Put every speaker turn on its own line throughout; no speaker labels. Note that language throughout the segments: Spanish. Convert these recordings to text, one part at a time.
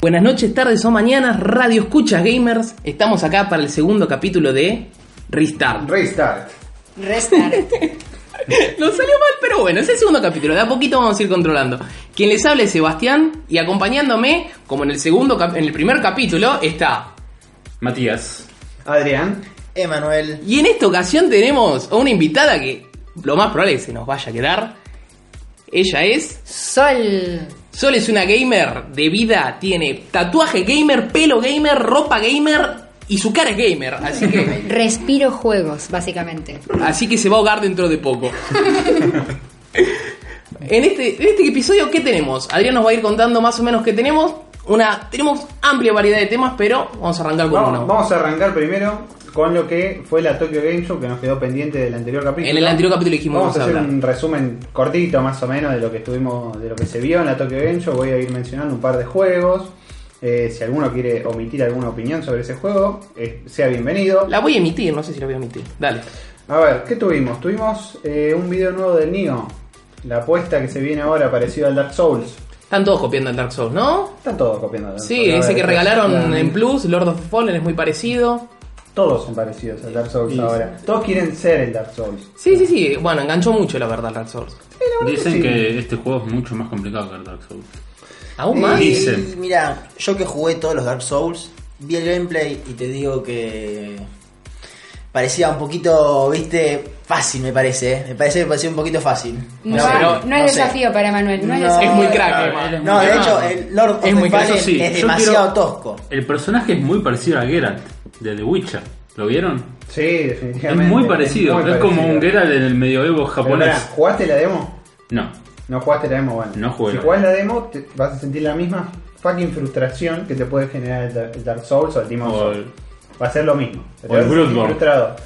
Buenas noches, tardes o mañanas, Radio Escuchas Gamers. Estamos acá para el segundo capítulo de Restart.
Restart.
Restart.
Nos salió mal, pero bueno, es el segundo capítulo. De a poquito vamos a ir controlando. Quien les habla es Sebastián y acompañándome, como en el segundo cap- en el primer capítulo, está.
Matías.
Adrián.
Emanuel.
Y en esta ocasión tenemos a una invitada que lo más probable es que se nos vaya a quedar. Ella es.
Sol.
Sol es una gamer de vida, tiene tatuaje gamer, pelo gamer, ropa gamer y su cara es gamer. Así que.
Respiro juegos, básicamente.
Así que se va a ahogar dentro de poco. en, este, en este episodio, ¿qué tenemos? Adrián nos va a ir contando más o menos qué tenemos. Una, tenemos amplia variedad de temas, pero vamos a arrancar con
Vamos,
uno.
vamos a arrancar primero con lo que fue la Tokyo Game Show que nos quedó pendiente del anterior capítulo.
En el anterior capítulo dijimos
Vamos a hacer
hablar.
un resumen cortito más o menos de lo que estuvimos, de lo que se vio en la Tokyo Game Show. Voy a ir mencionando un par de juegos. Eh, si alguno quiere omitir alguna opinión sobre ese juego, eh, sea bienvenido.
La voy a emitir, no sé si la voy a emitir. Dale.
A ver, ¿qué tuvimos? Tuvimos eh, un video nuevo del Nio, la apuesta que se viene ahora parecido al Dark Souls.
Están todos copiando el Dark Souls, ¿no?
Está todo copiando. al Dark
Sí,
Souls.
dice
A ver,
que
está-
regalaron
claramente.
en Plus Lord of Fallen, es muy parecido.
Todos son parecidos al Dark Souls
Sí, sí.
ahora. Todos quieren ser el Dark Souls.
Sí, sí, sí. Bueno, enganchó mucho la verdad el Dark Souls.
Dicen
sí.
que este juego es mucho más complicado que el Dark Souls.
Aún
Y-
más.
Sí. Dicen.
y Mira, yo que jugué todos los Dark Souls, vi el gameplay y te digo que parecía un poquito, viste, fácil me parece. ¿eh? Me parece que parecía un poquito fácil.
No,
sé,
no,
pero
no es desafío para Manuel, no, es
No.
desafío.
Es muy
Ah,
crack,
él es
además.
No,
muy
de
crack.
hecho, el Lord of
Es
the
muy crack, eso
Fallen
sí,
es
yo
demasiado
quiero-
tosco.
El personaje es muy parecido a Geralt de The Witcher. ¿Lo vieron?
Sí,
Es
definitivamente.
muy parecido. Es,
muy
como
parecido.
un Geralt en el medioevo
Pero pará,
japonés.
¿Jugaste la demo?
No.
No jugaste la demo, bueno.
No jugué
Si
la
jugás la demo, te- vas a sentir la misma fucking frustración que te puede generar el, Dar- el Dark Souls o el Demon
O
Souls.
el-
Va a ser lo mismo. Te
o
vas a
el
sentir
Bloodborne.
frustrado.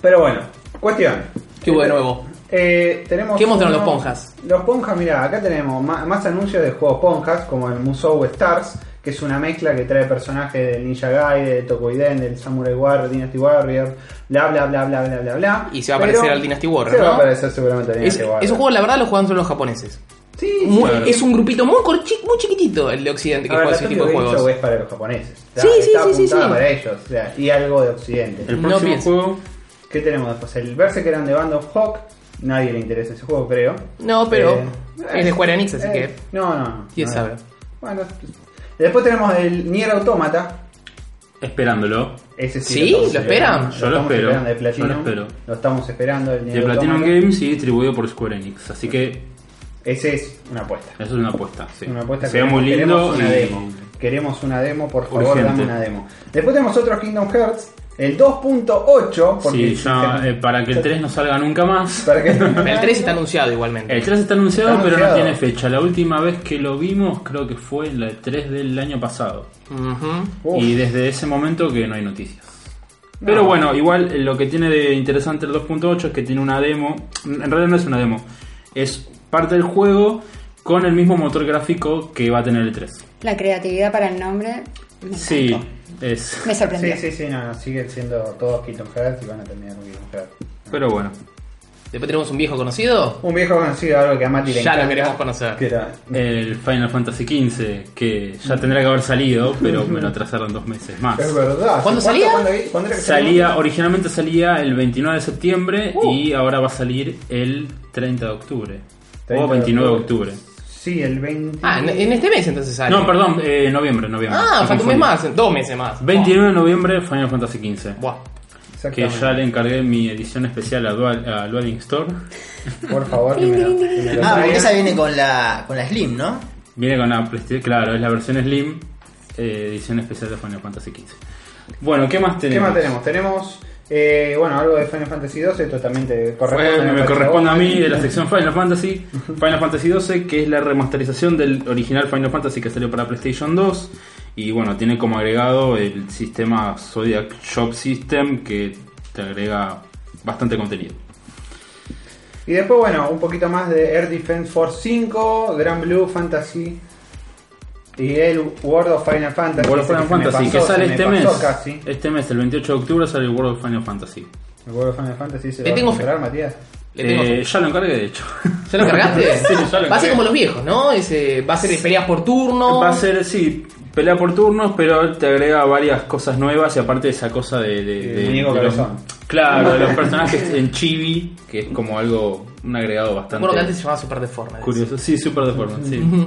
Pero bueno, cuestión.
Qué hubo de nuevo.
Eh, tenemos
¿Qué mostraron
uno-
los Ponjas?
Los Ponjas, mira, acá tenemos ma- más, anuncios de juegos Ponjas, como el Musou Stars, que es una mezcla que trae personajes del Ninja Gaiden, del Tokoiden, del Samurai Warrior, Dynasty Warrior, bla bla bla bla bla bla bla.
Y se va a parecer al Dynasty Warrior,
Se va
¿no?
a parecer seguramente al
Es,
Dynasty Warrior.
esos juegos, la verdad, los juegan solo los japoneses.
Sí, sí.
Muy-
Claro.
es un grupito muy, cor- chi- muy chiquitito el de Occidente que
A ver,
juega
la
ese tipo de
Tokyo Game Show
juegos.
es para los japoneses. O sea,
Sí, sí,
está
sí, sí,
apuntada
sí.
para ellos. o sea, y algo de Occidente.
El
No
próximo
pienso.
juego.
¿Qué tenemos después? El Berserker de Band of Hawk. Nadie le interesa ese juego, creo.
No, pero
Eh,
es de Square Enix, así
eh, Ah.
que
No, no, no.
quién
no.
sabe.
Bueno, después tenemos el Nier Automata.
Esperándolo.
Ese sí,
Sí,
estamos
lo esperan.
esperando.
Yo lo
estamos
espero,
esperando de
yo
Platinum.
lo espero.
Lo estamos esperando. El Nier
De Platinum
Automata.
Games y distribuido por Square Enix. Así que
Ese es una apuesta.
eso es una apuesta. sí.
Una apuesta
Se ve
queremos-
muy lindo.
Queremos una
y-
demo. Queremos una demo, por favor,
Urgente.
dame una demo. Después tenemos otro Kingdom Hearts, el 2.8.
Sí,
porque
ya,
se-
eh, para que el 3 no salga nunca más.
para que-
El 3 está anunciado igualmente.
El 3 está anunciado,
Está
pero no
anunciado.
tiene fecha. La última vez que lo vimos creo que fue la 3 del año pasado.
Ujú.
Uf.
Y desde ese momento que no hay noticias.
No.
Pero bueno, igual eh, lo que tiene de interesante el 2.8 es que tiene una demo. En realidad no es una demo. Es parte del juego con el mismo motor gráfico que va a tener el 3.
La creatividad para el nombre. me
Sí,
encantó.
es.
Me sorprendió.
Sí, sí, sí, no, no, siguen siendo todos Kingdom Hearts y van a terminar con Kingdom Hearts.
Pero bueno.
Después tenemos un viejo conocido.
Un viejo conocido, algo que a Mati
Ya
le
lo
encanta,
queremos conocer.
que era-
El Final Fantasy XV, que ya tendría que haber salido, pero me lo atrasaron dos meses más.
Es
¿Cuándo
verdad. ¿Cuánto-
salía?
cuándo vi- cuándo era que
Salía, originalmente salía el 29 de septiembre
Uh.
y ahora va a salir el 30 de octubre.
30
o
de
29 de octubre.
Sí, el 20.
Ah, en- en este mes entonces sale.
No, perdón, eh, noviembre, noviembre.
Ah,
Me
falta un mes
confundí.
más, dos meses más.
29 de noviembre Final Fantasy XV.
Buah.
Que
Exactamente.
ya le encargué mi edición especial a, Dual, a Dueling Store.
Por favor, que me lo- que me lo
Ah, porque
traigan.
esa viene con la, con la Slim, ¿no?
Viene con la PlayStation, claro, es la versión Slim, eh, edición especial de Final Fantasy XV. Bueno, ¿qué más
¿Qué
tenemos?
más tenemos? Tenemos, eh, bueno, algo de Final Fantasy 12, esto también te corresponde.
Fue- me
parece
corresponde a
vos.
mí de la sección Final Fantasy, Final Fantasy 12, que es la remasterización del original Final Fantasy que salió para PlayStation 2. Y bueno, tiene como agregado el sistema Zodiac Shop System que te agrega bastante contenido.
Y después, bueno, un poquito más de Air Defense Force 5, Grand Blue Fantasy y el World of Final Fantasy.
World of
ese este se
Final
me
Fantasy,
pasó,
que sale
se me
este mes.
pasó casi.
Este mes, el 28 de octubre, sale el World of Final Fantasy.
El World of Final Fantasy se
Le
va
tengo
a comprar, Matías.
Le tengo
Eh, ya lo encargué, de hecho.
¿Ya lo cargaste?
Sí, ya lo
va a ser
cargué.
como los viejos, ¿no? Ese, va a ser de peleas por turno.
Va a ser, sí, pelea por turnos, pero él te agrega varias cosas nuevas y aparte esa cosa de... de,
El
de-
muñeco
de los,
cabezón.
Claro, de los personajes en chibi, que es como algo, un agregado bastante
Bueno, que antes se llamaba Super Deformed.
curioso. Sí, super deforme, sí.
Ujú.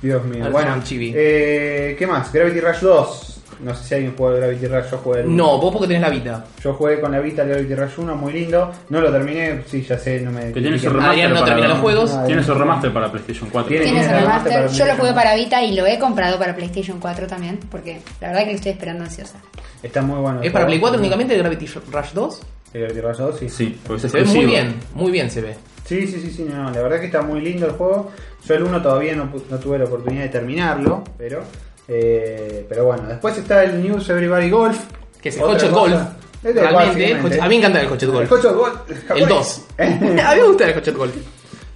Dios mío.
Al
Bueno,
Fan Chibi.
eh, ¿qué más? Gravity Rush 2. No sé si alguien jugó al Gravity Rush, yo jugué el
No, vos porque tenés la vida.
Yo jugué con la Vita al Gravity Rush 1, muy lindo. No lo terminé, sí, ya sé, no me.
Que tiene su remaster
Adrián no
para-
termina los juegos.
Ah,
Tiene su remaster para PlayStation 4.
Tiene-
Tienes
la
el
remaster para
remaster. Yo lo jugué
PlayStation.
para Vita y lo he comprado para PlayStation 4 también, porque la verdad que lo estoy esperando ansiosa.
Está muy bueno. el
¿Es para
juego.
Play 4 únicamente Gravity Rush 2?
El Gravity Rush 2, sí.
Sí, pues es
Se ve muy
exclusivo.
bien, muy bien se ve.
Sí, sí, sí, sí, no, la verdad que está muy lindo el juego. Yo el 1 todavía no, pu- no tuve la oportunidad de terminarlo, pero eh, pero bueno, después está el News Everybody Golf.
Que es el
Otra
Hotshot
cosa.
Golf.
Este,
Realmente,
básicamente.
Hotshot- a mí me encanta el Hotshot
El
Golf.
Hotshot Golf.
El
japonés.
2. a mí me gusta el Hotshot Golf.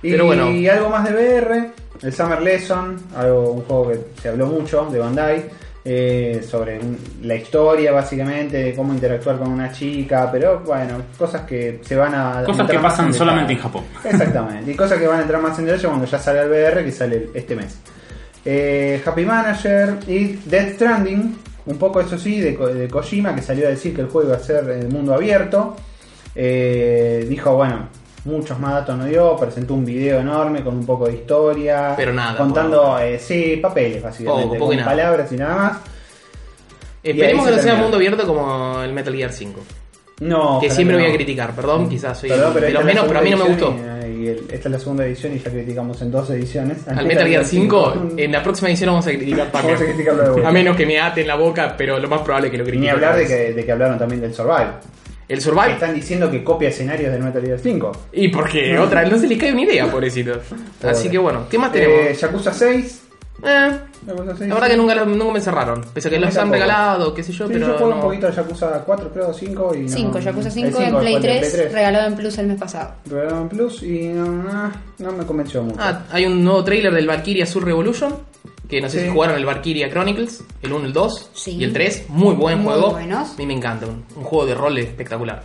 Y,
Pero bueno.
algo más de VR, el Summer Lesson, algo, un juego que se habló mucho de Bandai, eh, sobre un- la historia básicamente, de cómo interactuar con una chica, pero bueno, cosas que se van a...
Cosas
entrar
que
más
pasan
detalle.
solamente en Japón.
Exactamente, y cosas que van a entrar más en detalle cuando ya sale el VR, que sale este mes. Eh, Happy Manager y Death Stranding, un poco eso sí, de, Ko- de Kojima, que salió a decir que el juego iba a ser de mundo abierto. Eh, dijo, bueno, muchos más datos no dio, presentó un video enorme con un poco de historia.
Pero nada,
Contando, eh, sí, papeles básicamente,
Poco, poco y
con
nada.
palabras y nada más.
Esperemos
se
que no sea
termina.
mundo abierto como el Metal Gear 5.
No,
que
ojalá
siempre
no. Mm.
voy a criticar, perdón, quizás soy
Perdón, pero
de
esta
los
es la
menos, pero a mí no me
segunda
gustó.
edición eh, Y, y el- esta es la segunda edición y ya criticamos en dos ediciones.
Al Metal Gear 5, en la próxima edición vamos a criticar
Vamos a
también.
criticarlo de vuelta.
A menos que me aten la boca, pero lo más probable es que lo
Y
critique.
ni hablar
otra
de
vez.
que, de que hablaron también del Survive.
El Survive.
Están diciendo que copia escenarios del Metal Gear 5.
Y porque otra, no se les cae una idea, pobrecito. Así
Pobre.
que bueno, ¿qué más tenemos?
Eh, Yakuza 6.
Eh,
Yakuza 6.
la verdad que nunca, lo- nunca me cerraron. Pese a que
A mí
los han
tampoco.
regalado, qué sé yo,
Sí,
pero.
yo juego
no.
un poquito a Yakuza 4, creo, 5 y no-
5, Yakuza
el
5 en
cinco,
Play
el
3,
Play
regalado en Plus el mes pasado.
3. Regalaron en Plus y no, no, no me convenció mucho.
Ah, hay un nuevo trailer del Valkyria Sur Revolution. Que no sé
Sí.
si jugaron el Valkyria Chronicles, el 1, el 2
Sí.
y el 3. Muy buen
Muy
juego.
buenos.
A mí me encanta. Un, un juego de rol espectacular.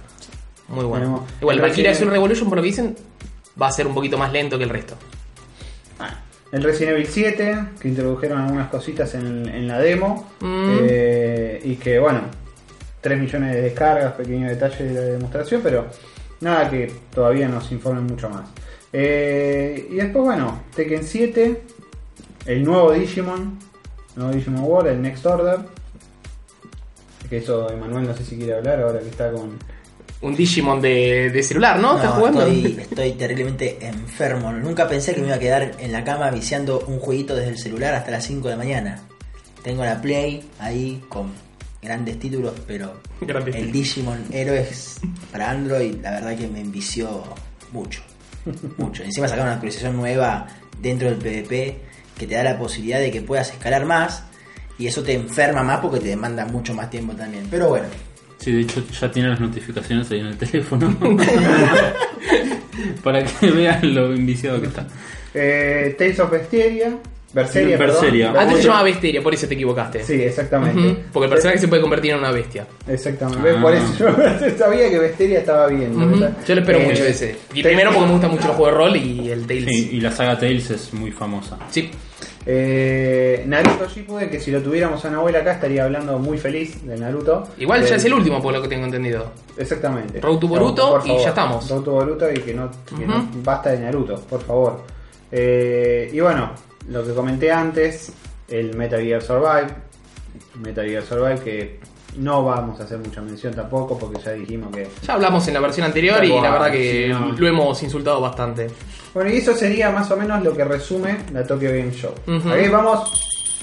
Muy bueno.
Bueno,
Igual, el
el
Valkyria
Resident-
Sur Revolution, por lo que dicen, va a ser un poquito más lento que el resto. Ah.
El Resident Evil 7, que introdujeron algunas cositas en, en la demo.
Mm.
eh, y que, bueno, 3 millones de descargas, pequeño detalle de la demostración, pero nada que todavía nos informen mucho más. Eh, y después, bueno, Tekken 7, el nuevo Digimon, el nuevo Digimon World, el Next Order. Que eso, Emanuel, no sé si quiere hablar ahora que está con.
Un Digimon de, de celular, ¿no? ¿Estás
No,
jugando?
Estoy, estoy terriblemente enfermo. Nunca pensé que me iba a quedar en la cama viciando un jueguito desde el celular hasta las 5 de la mañana. Tengo la Play ahí con grandes títulos, pero
Grandes
el Digimon Héroes para Android, la verdad que me envició mucho. Mucho. Encima sacaron una actualización nueva dentro del PvP que te da la posibilidad de que puedas escalar más y eso te enferma más porque te demanda mucho más tiempo también. Pero bueno,
Sí, de hecho ya tiene las notificaciones ahí en el teléfono. Para que vean lo enviciado que está.
Eh, Tales of Bestiaria. Berseria. perdón.
Berseria. Ah,
Antes se llamaba Bestiaria, por eso te equivocaste.
Sí, exactamente.
Ujú, Porque el personaje se puede convertir en una bestia.
Exactamente.
Ah.
Por eso yo sabía que Besteria estaba bien. Eh,
Ujú, Yo lo
Eh,
espero mucho ese. Y primero porque me gusta mucho el juego de rol y el Tales.
Sí,
Sí.
y la saga Tales es muy famosa.
Eh, Naruto Shippuden, que si lo tuviéramos a Nahuel acá estaría hablando muy feliz de Naruto.
Igual ya
Eh,
es el último, por lo que tengo entendido.
Exactamente.
Road to
No,
Boruto
por
y
favor.
ya estamos.
Road to Boruto y que no, que
Ujú.
no- basta de Naruto, por favor. Eh, y bueno, lo que comenté antes, el Metal Gear Survive. Metal Gear Survive que no vamos a hacer mucha mención tampoco porque ya dijimos que
Ya hablamos en la versión anterior y
Tal
la
cual,
verdad que
sí, no.
lo hemos insultado bastante.
Bueno, y eso sería más o menos lo que resume la Tokyo Game Show.
Ujú.
Ahí vamos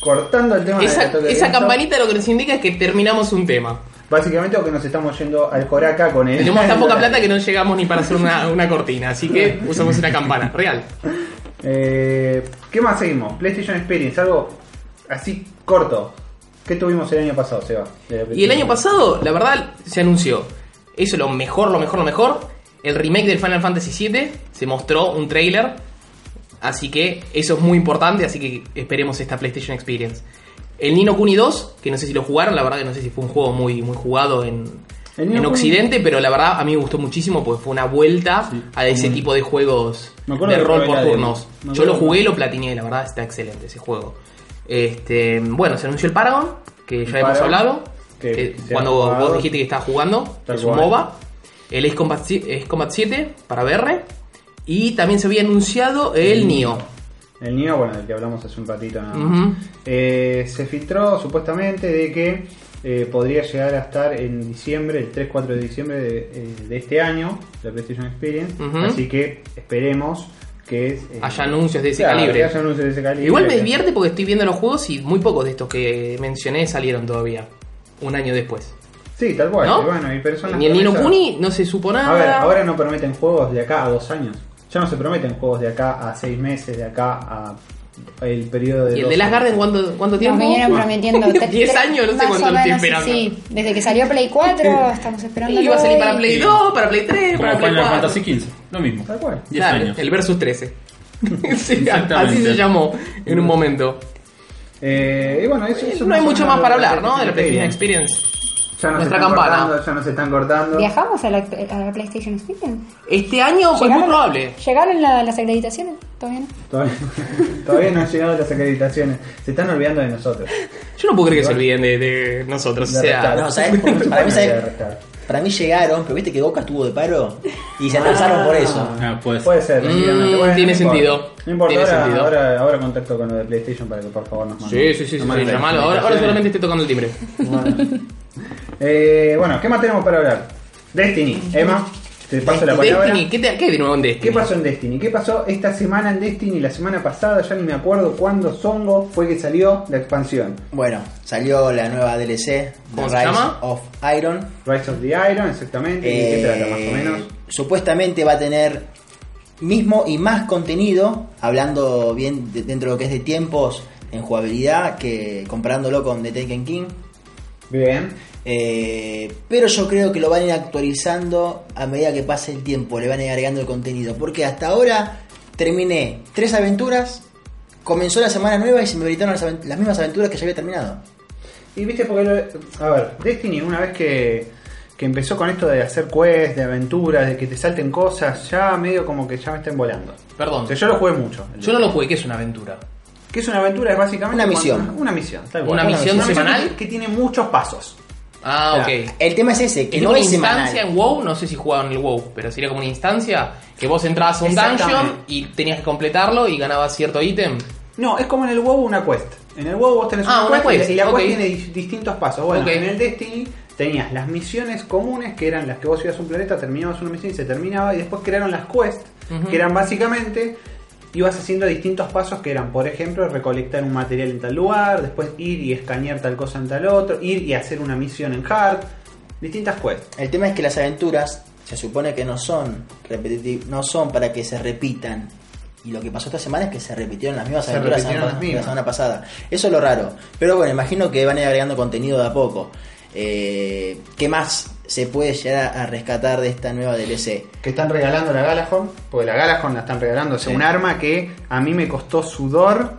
cortando el tema de la
Esa,
Tokyo
esa
Game Show.
campanita lo que nos indica es que terminamos un tema.
Básicamente porque nos estamos yendo al Coraca con él.
Tenemos tan poca plata que no llegamos ni para hacer una, una cortina, así que usamos una campana, real.
Eh, ¿Qué más seguimos? PlayStation Experience, algo así corto. ¿Qué tuvimos el año pasado, Seba? de
Y
la
el
PlayStation?
año pasado, la verdad, se anunció. Eso lo mejor, lo mejor, lo mejor. El remake del Final Fantasy VII se mostró un trailer. Así que eso es muy importante. Así que esperemos esta PlayStation Experience. El Nino Kuni 2, que no sé si lo jugaron, la verdad que no sé si fue un juego muy, muy jugado en,
El Neo
en
Geo-
Occidente, pero la verdad a mí me gustó muchísimo porque fue una vuelta
Sí.
a ese tipo de juegos
Me acuerdo
de
que
rol
probé
por
la demo.
turnos.
Me
Yo
acuerdo
lo
que-
jugué, lo platiné, la verdad está excelente ese juego. Este, bueno, se anunció el Paragon, que ya hemos
Paragon,
hablado.
que
que
se ha
cuando
jugado.
vos dijiste que estabas jugando,
Tal
es un
cual.
MOBA. El Ace Combat, si- Ace Combat 7 para VR. Y también se había anunciado el NIO.
El niño, bueno, del que hablamos hace un ratito nada más.
Ujú.
Eh, se filtró supuestamente de que eh, podría llegar a estar en diciembre, el 3-4 de diciembre de, eh, de este año, la PlayStation Experience.
Ujú.
Así que esperemos que. eh,
Haya anuncios de ese
claro,
calibre.
que haya anuncios de ese calibre.
Igual me
Que-
divierte porque estoy viendo los juegos y muy pocos de estos que mencioné salieron todavía. Un año después.
Sí, tal cual.
¿No?
y bueno, y personas
Ni el Nino
promesas-
Kuni no se supo nada.
A ver, ahora no prometen juegos de acá a dos años. Ya no se prometen juegos de acá a seis meses, de acá a el periodo de.
¿Y el
dos
de Last
años.
Garden cuánto, cuánto
Nos
tiempo?
vinieron prometiendo te-
10
tre-
años, no sé
más
cuánto
o
lo estoy
menos,
esperando.
Sí, desde que salió Play 4 estamos esperando.
Iba a salir para Play
Sí.
2, para Play 3,
Como
para Play
Final
4.
Fantasy XV, lo mismo.
Tal cual.
10
Claro,
años.
El Versus 13. Sí, así
Exactamente.
se llamó en un momento.
Eh, y bueno, eso, eso
No hay
o
mucho
menos
más para
lo que
hablar, ¿no? De la PlayStation
Experience.
Experience.
Ya nos
Nuestra
están
campana.
cortando, ya nos están cortando.
¿Viajamos a la, a la PlayStation Experience?
Este año es muy
¿Llegaron-
probable.
¿Llegaron la- las acreditaciones? ¿Todavía no?
Todavía, todavía no han llegado las acreditaciones. Se están olvidando de nosotros.
Yo no puedo creer que se olviden de, de nosotros.
De
o sea,
restar.
No, ¿sabes? Por- para mí,
Se olvidan
¿sabes?
de restar.
Para mí llegaron, pero viste que Boca estuvo de paro y se atrasaron por eso.
Ah, puede ser.
Puede ser, tranquilamente.
Mm,
Bueno,
tiene
no importa.
sentido.
No importa,
Tiene
ahora,
sentido.
Ahora, ahora contacto con lo de PlayStation para que por favor nos manden.
Sí, sí, sí, sí,
nos
sí,
manden las
llamalo. Ahora, ahora solamente estoy tocando el timbre.
Bueno. Eh, bueno, ¿qué más tenemos para hablar? Destiny. Emma, te paso la palabra.
Destiny, ¿qué, te- qué hay de nuevo en Destiny?
¿Qué pasó en Destiny? ¿Qué pasó esta semana en Destiny? La semana pasada, ya ni me acuerdo cuándo Songo fue que salió la expansión.
Bueno, salió la nueva DLC,
¿Cómo
The
se
Rise
llama?
of Iron.
Rise of the Iron, exactamente. ¿De qué
Eh,
trata más o menos?
Supuestamente va a tener mismo y más contenido, hablando bien de- dentro de lo que es de tiempos en jugabilidad, que comparándolo con The Taken King.
Bien.
Eh, pero yo creo que lo van a ir actualizando a medida que pase el tiempo, le van a ir agregando el contenido. Porque hasta ahora terminé tres aventuras, comenzó la semana nueva y se me habilitaron las, avent- las mismas aventuras que ya había terminado.
Y viste, porque. lo- a ver, Destiny, una vez que, que empezó con esto de hacer quests, de aventuras, de que te salten cosas, ya medio como que ya me están volando. O
Perdón,
sea, yo lo jugué mucho.
yo no lo jugué, que es una aventura.
Que es una aventura, es básicamente.
Una misión.
cuando- una misión, tal cual.
Una misión semanal.
que, que tiene muchos pasos.
Ah,
Claro.
ok.
El tema es ese, que
En
no
una
es
instancia
semanal.
en WoW, no sé si jugaban el WoW, pero sería como una instancia que vos entrabas a un
Exactamente.
dungeon y tenías que completarlo y ganabas cierto ítem.
No, es como en el WoW una quest. En el WoW vos tenés
Ah,
una,
una
quest,
quest,
y la, y la
ok.
quest tiene di- distintos pasos. Bueno,
Ok.
en el Destiny tenías las misiones comunes que eran las que vos ibas a un planeta, terminabas una misión y se terminaba y después crearon las quests
Ujú.
que eran básicamente ibas haciendo distintos pasos que eran, por ejemplo, recolectar un material en tal lugar, después ir y escanear tal cosa en tal otro, ir y hacer una misión en hard, distintas quests.
El tema es que las aventuras se supone que no son repetiti- no son para que se repitan. Y lo que pasó esta semana es que se repitieron las mismas
Se
aventuras
repitieron
la semana-
las mismas.
la semana pasada. Eso es lo raro. Pero bueno, imagino que van a ir agregando contenido de a poco. Eh, ¿Qué más se puede llegar a, a rescatar de esta nueva DLC?
Que están regalando la Galahorn, porque la Galahorn la están regalando, o sea, un arma que a mí me costó sudor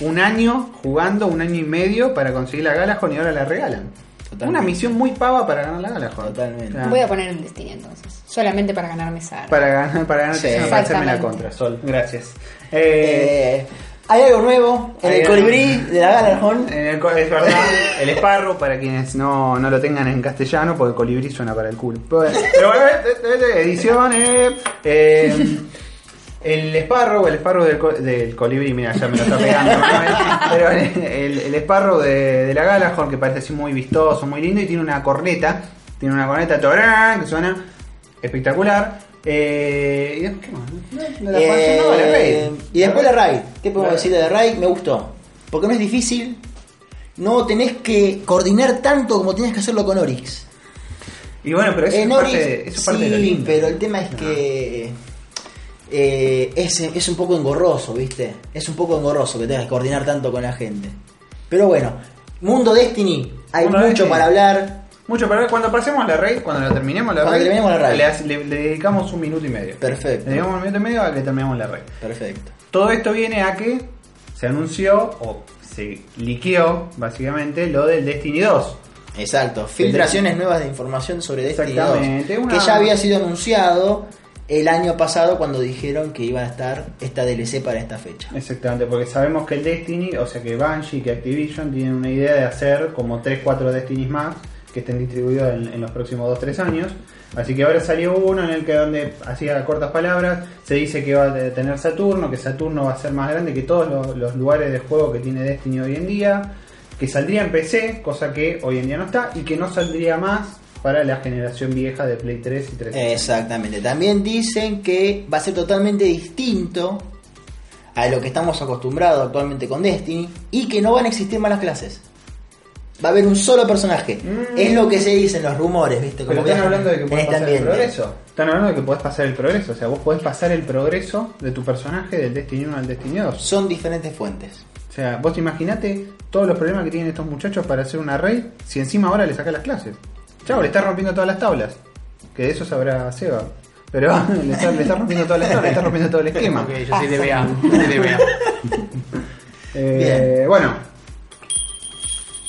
un año jugando, un año y medio para conseguir la Galahorn y ahora la regalan.
Totalmente.
Una misión muy pava para ganar la Galahorn.
Totalmente.
Claro.
Voy a poner un destino entonces. Solamente para ganarme esa.
Para ganar, para ganar,
Sí.
para hacerme la
Exactamente.
contra, Sol. Gracias. Eh,
Eh, ¿Hay algo nuevo en
Hay
el
algo-
colibrí de la Galarjón?
En el co- es verdad, el esparro, para quienes no, no lo tengan en castellano, porque colibrí suena para el culo. Pero pero bueno, eh, eh, edición, eh, eh, el esparro, el esparro del, co- del colibrí, mira, ya me lo está pegando. ¿no? Pero el, el- el esparro de, de la Galahorn, que parece así muy vistoso, muy lindo, y tiene una corneta, tiene una corneta torán, que suena espectacular. Eh, y después, ¿qué más? No, la
Eh,
expansión, no, la raid.
y después la raid. ¿Qué podemos decir de la raid? Me gustó. Porque no es difícil. No tenés que coordinar tanto como tenías que hacerlo con Orix.
Y bueno, pero eso
en
es
Orix,
parte, de- eso es parte
sí,
de lo lindo.
pero el tema es que eh, es, es un poco engorroso, ¿viste? Es un poco engorroso que tengas que coordinar tanto con la gente. Pero bueno, Mundo Destiny, hay
Mundo
mucho
Destiny.
para hablar.
Mucho, pero cuando pasemos la raid, cuando la terminemos la
Cuando
raid,
terminemos la raid.
le hace- Le, le dedicamos un minuto y medio. Le
Perfecto,
dedicamos un minuto y medio a que terminemos la raid.
perfecto.
Todo esto viene a que se anunció o se liqueó, básicamente, lo del Destiny 2.
Exacto, filtraciones nuevas de información sobre Destiny 2,
Exactamente, una-
que ya había sido anunciado el año pasado cuando dijeron que iba a estar esta DLC para esta fecha.
Exactamente, porque sabemos que el Destiny, o sea que Bungie, que Activision tienen una idea de hacer como 3-4 Destinies más que estén distribuidos en, en los próximos 2-3 años. Así que ahora salió uno en el que donde hacía cortas palabras, se dice que va a tener Saturno, que Saturno va a ser más grande que todos los, los lugares de juego que tiene Destiny hoy en día, que saldría en PC, cosa que hoy en día no está, y que no saldría más para la generación vieja de Play 3 y
Eh,
3.
Exactamente, también dicen que va a ser totalmente distinto a lo que estamos acostumbrados actualmente con Destiny y que no van a existir malas clases. Va a haber un solo personaje.
Mm.
Es lo que se dicen los rumores, ¿viste?
Pero están
viajan
hablando de que
en
podés
este
pasar el
ambiente.
progreso. Están hablando de que podés pasar el progreso. O sea, vos podés pasar el progreso de tu personaje del Destiny 1 al Destiny 2.
Son diferentes fuentes.
O sea, vos te imaginate todos los problemas que tienen estos muchachos para hacer una raid si encima ahora le sacás las clases. Chao, le estás rompiendo todas las tablas. Que de eso sabrá Seba. Pero le estás rompiendo todas las tablas, le estás rompiendo todo el esquema.
Ok, yo soy DBA. yo soy DBA.
Eh, bueno,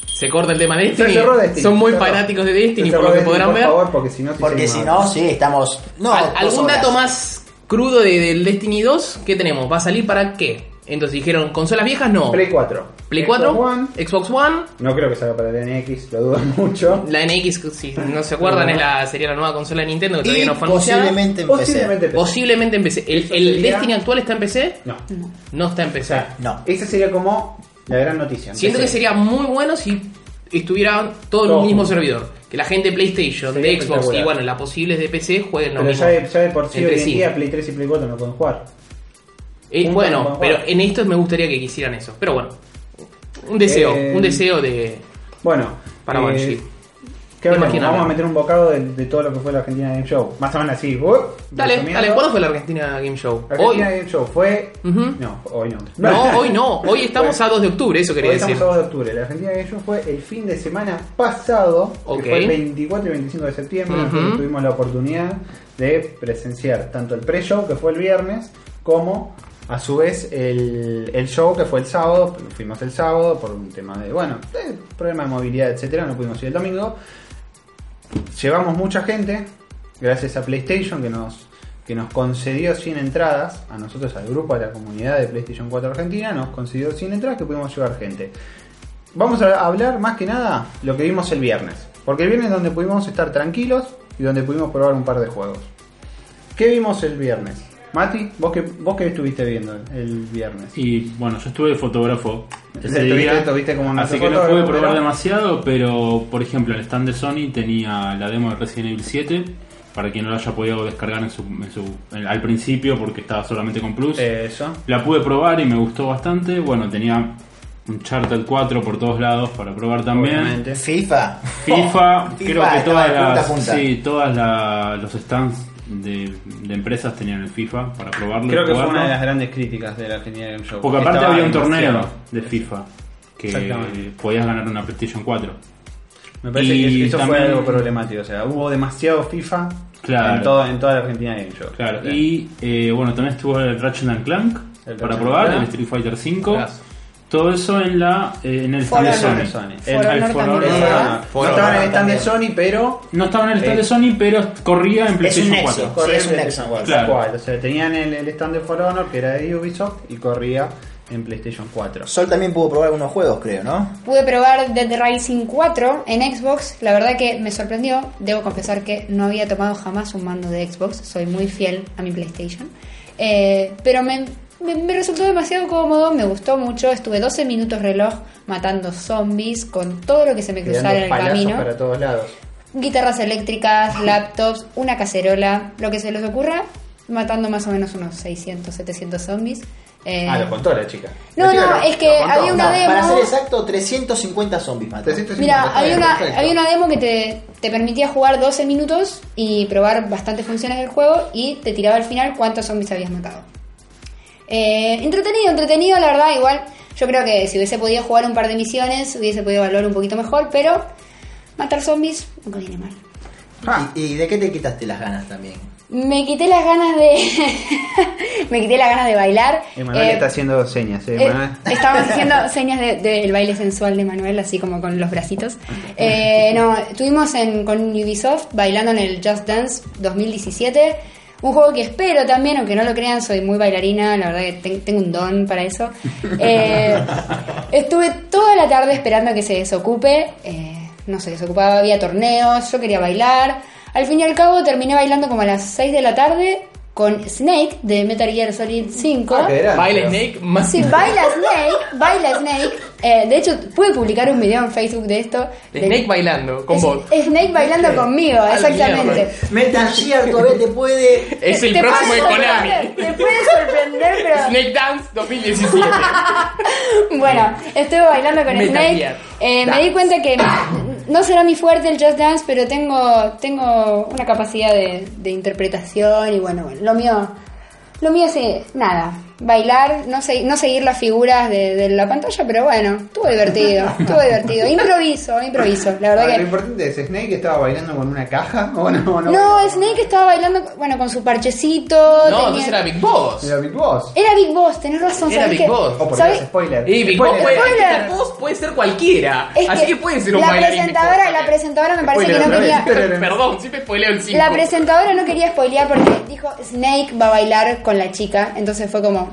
Se corta el tema de
se
Destiny.
cerró Destiny.
Son muy
se cerró.
fanáticos de
Se
Destiny,
cerró
por lo que
Destiny,
podrán
por
ver.
favor, porque si no, se
Porque si
llama-
no, sí, estamos... No,
Al-
dos
¿Algún
horas.
dato más crudo de- del Destiny 2? ¿Qué tenemos? ¿Va a salir para qué? Entonces dijeron, ¿consolas viejas? No.
Play 4.
Play 4,
Xbox One.
Xbox One.
No creo que salga para el NX, lo dudo mucho.
La NX, si no se acuerdan, es la, sería la nueva consola de Nintendo que todavía
Y
no fue anunciada.
posiblemente en
Posiblemente
PC.
PC.
Posiblemente en PC. ¿El,
Eso
el
sería-
Destiny actual está en PC?
No.
No está en
O
PC.
sea,
No.
Esa sería como la gran noticia.
Siento que sería muy bueno si estuvieran todos en
Todo
el mismo
junto.
servidor. Que la gente de PlayStation,
Sería
de Xbox y
espectacular.
bueno, las posibles de PC jueguen lo
Pero
mismo.
ya de, ya de por sí
Entre
hoy en
sí.
día Play 3 y Play 4 no pueden jugar.
Eh,
Juntos no
bueno,
podemos
pero
jugar.
en estos me gustaría que quisieran eso. Pero bueno, un deseo,
Eh,
un deseo de
Bueno,
para
eh,
Banshee.
¿qué hablamos?
Imagínate.
Vamos a meter un bocado de, de todo lo que fue la Argentina Game Show. Más o menos así. Uh,
Dale,
resumiendo.
dale, ¿cuándo fue la Argentina Game Show? Hoy.
Argentina Game Show fue.
Ujú.
No, hoy no.
No, hoy no, hoy estamos a 2 de octubre, eso quería
Hoy
decir.
estamos a 2 de octubre. La Argentina Game Show fue el fin de semana pasado,
Ok.
que fue el 24 y 25 de septiembre.
Ujú.
nosotros Tuvimos la oportunidad de presenciar tanto el pre-show, que fue el viernes, como a su vez el, el show, que fue el sábado. Fuimos el sábado por un tema de, bueno, de problema de movilidad, etcétera. No pudimos ir el domingo. Llevamos mucha gente, gracias a PlayStation, que nos que nos concedió 100 entradas, a nosotros, al grupo, a la comunidad de PlayStation 4 Argentina, nos concedió 100 entradas que pudimos llevar gente. Vamos a hablar más que nada lo que vimos el viernes. Porque el viernes es donde pudimos estar tranquilos y donde pudimos probar un par de juegos. ¿Qué vimos el viernes? Mati, ¿vos qué, vos qué estuviste viendo el viernes?
Y bueno, yo estuve de fotógrafo. ese
Estuviste-
día,
estuviste como nuestro
así que no
fotógrafo,
pude probar
pero-
demasiado, pero por ejemplo, el stand de Sony tenía la demo de Resident Evil 7. Para quien no lo haya podido descargar en su, en su- en- al principio, porque estaba solamente con Plus.
Eh, Eso.
La pude probar y me gustó bastante. Bueno, tenía un Charter 4 por todos lados para probar también.
Obviamente.
FIFA.
FIFA, creo que
Oh, estaba
todas
de punta a
las,
punta.
sí, todas la- los stands de, de empresas tenían el FIFA para probarlo. y
Creo que fue
jugarlo.
una de las grandes críticas de la Argentina Game Show.
Porque aparte
Estaba
había un torneo
demasiado.
de FIFA que
Exactamente.
podías ganar una PlayStation 4.
Me parece
Y
que eso fue
también-
algo problemático. O sea, hubo demasiado FIFA
Claro.
en, toda, en toda la Argentina Game Show.
Claro,
O sea,
y eh, bueno, también estuvo el Ratchet and Clank
El
para
Ratchet
probar,
and Clank.
el Street Fighter 5.
Brazo.
Todo eso en la eh, en el
For
stand de
Honor.
Sony.
Sony.
El-
For
el
Honor
For
también
Honor.
estaba.
Ah, no estaba en el stand de Sony, pero
No estaba en el stand
Eh,
de Sony, pero corría en PlayStation
nexo.
4.
Sí,
corría
es
en
un
PlayStation
Nexo.
4.
Claro.
tal cual. O sea, tenían el, el stand de For Honor que era de Ubisoft y corría en PlayStation 4.
Sol también pudo probar algunos juegos, creo, ¿no?
Pude probar Dead Rising 4 en Xbox. La verdad que me sorprendió. Debo confesar que no había tomado jamás un mando de Xbox. Soy muy fiel a mi PlayStation. Eh, pero me, me- me resultó demasiado cómodo. Me gustó mucho. Estuve 12 minutos reloj matando zombies con todo lo que se me cruzara en
Tirando
el
palazos
camino.
para todos lados.
Guitarras eléctricas, laptops, una cacerola, lo que se les ocurra. Matando más o menos unos 600, 700 zombies. Eh,
Ah, lo contó la chica.
No,
La chica
no,
lo-
Ah, es que
lo contó.
había una
No,
demo.
Para ser exacto, 350 zombies mató.
350,
Mira,
está
hay
bien,
una,
perfecto.
hay una demo que te, te permitía jugar 12 minutos y probar bastantes funciones del juego y te tiraba al final cuántos zombies habías matado. Eh, entretenido, entretenido, la verdad, igual yo creo que si hubiese podido jugar un par de misiones hubiese podido valorar un poquito mejor, pero matar zombies nunca viene mal.
Ah,
¿Y, y de qué te quitaste las ganas también?
Me quité las ganas de, Me quité la ganas de bailar.
Emanuel
Eh,
está haciendo señas, ¿eh,
eh,
Emanuel?
estábamos haciendo señas de- del baile sensual de Manuel, así como con los bracitos. Eh, no, estuvimos en- con Ubisoft bailando en el Just Dance 2017. Un juego que espero también, aunque no lo crean, soy muy bailarina, la verdad que ten- tengo un don para eso. Eh, estuve toda la tarde esperando a que se desocupe. eh, no se desocupaba, había torneos, yo quería bailar. Al fin y al cabo terminé bailando como a las 6 de la tarde con Snake de Metal Gear Solid 5.
Ah, qué grande.
Baila Snake más.
Sí, baila Snake, baila Snake. Eh, de hecho, pude publicar un video en Facebook de esto. De-
Snake bailando con vos.
Es- Snake bailando conmigo,
Al
exactamente.
mierda.
Metal Gear todavía te puede.
Es el
Te puede
próximo de Konami.
sorprender, Te puede sorprender, pero.
Snake Dance 2017.
Bueno, estuve bailando con
Metal
Snake.
Gear.
Eh, me di cuenta que no será mi fuerte el Just Dance, pero tengo, tengo una capacidad de, de interpretación y bueno, bueno, lo mío. Lo mío es eh, nada. Bailar, no, se- no seguir las figuras de, de la pantalla, pero bueno, estuvo divertido, estuvo divertido. Improviso, improviso. La verdad
Ah,
que.
Lo importante es, ¿Snake estaba bailando con una caja o no?
No, Snake estaba bailando, bueno, con su parchecito.
No,
tenía-
entonces era Big Boss.
Era Big Boss.
Era Big Boss, tenés razón.
Era
¿sabés
Big
qué?
Boss.
O Oh, por
¿Sabés?
Dios, spoiler.
Y Big Boss
Spoiler.
puede,
Spoiler.
Big Boss puede ser cualquiera.
Es
Así que puede ser un
la
bailarín. Big Boss
presentadora, la
también.
presentadora me parece que no
Spoiler,
quería.
otra vez.
Perdón, siempre spoileo el 5.
La presentadora no quería spoilear porque dijo Snake va a bailar con la chica. Entonces fue como,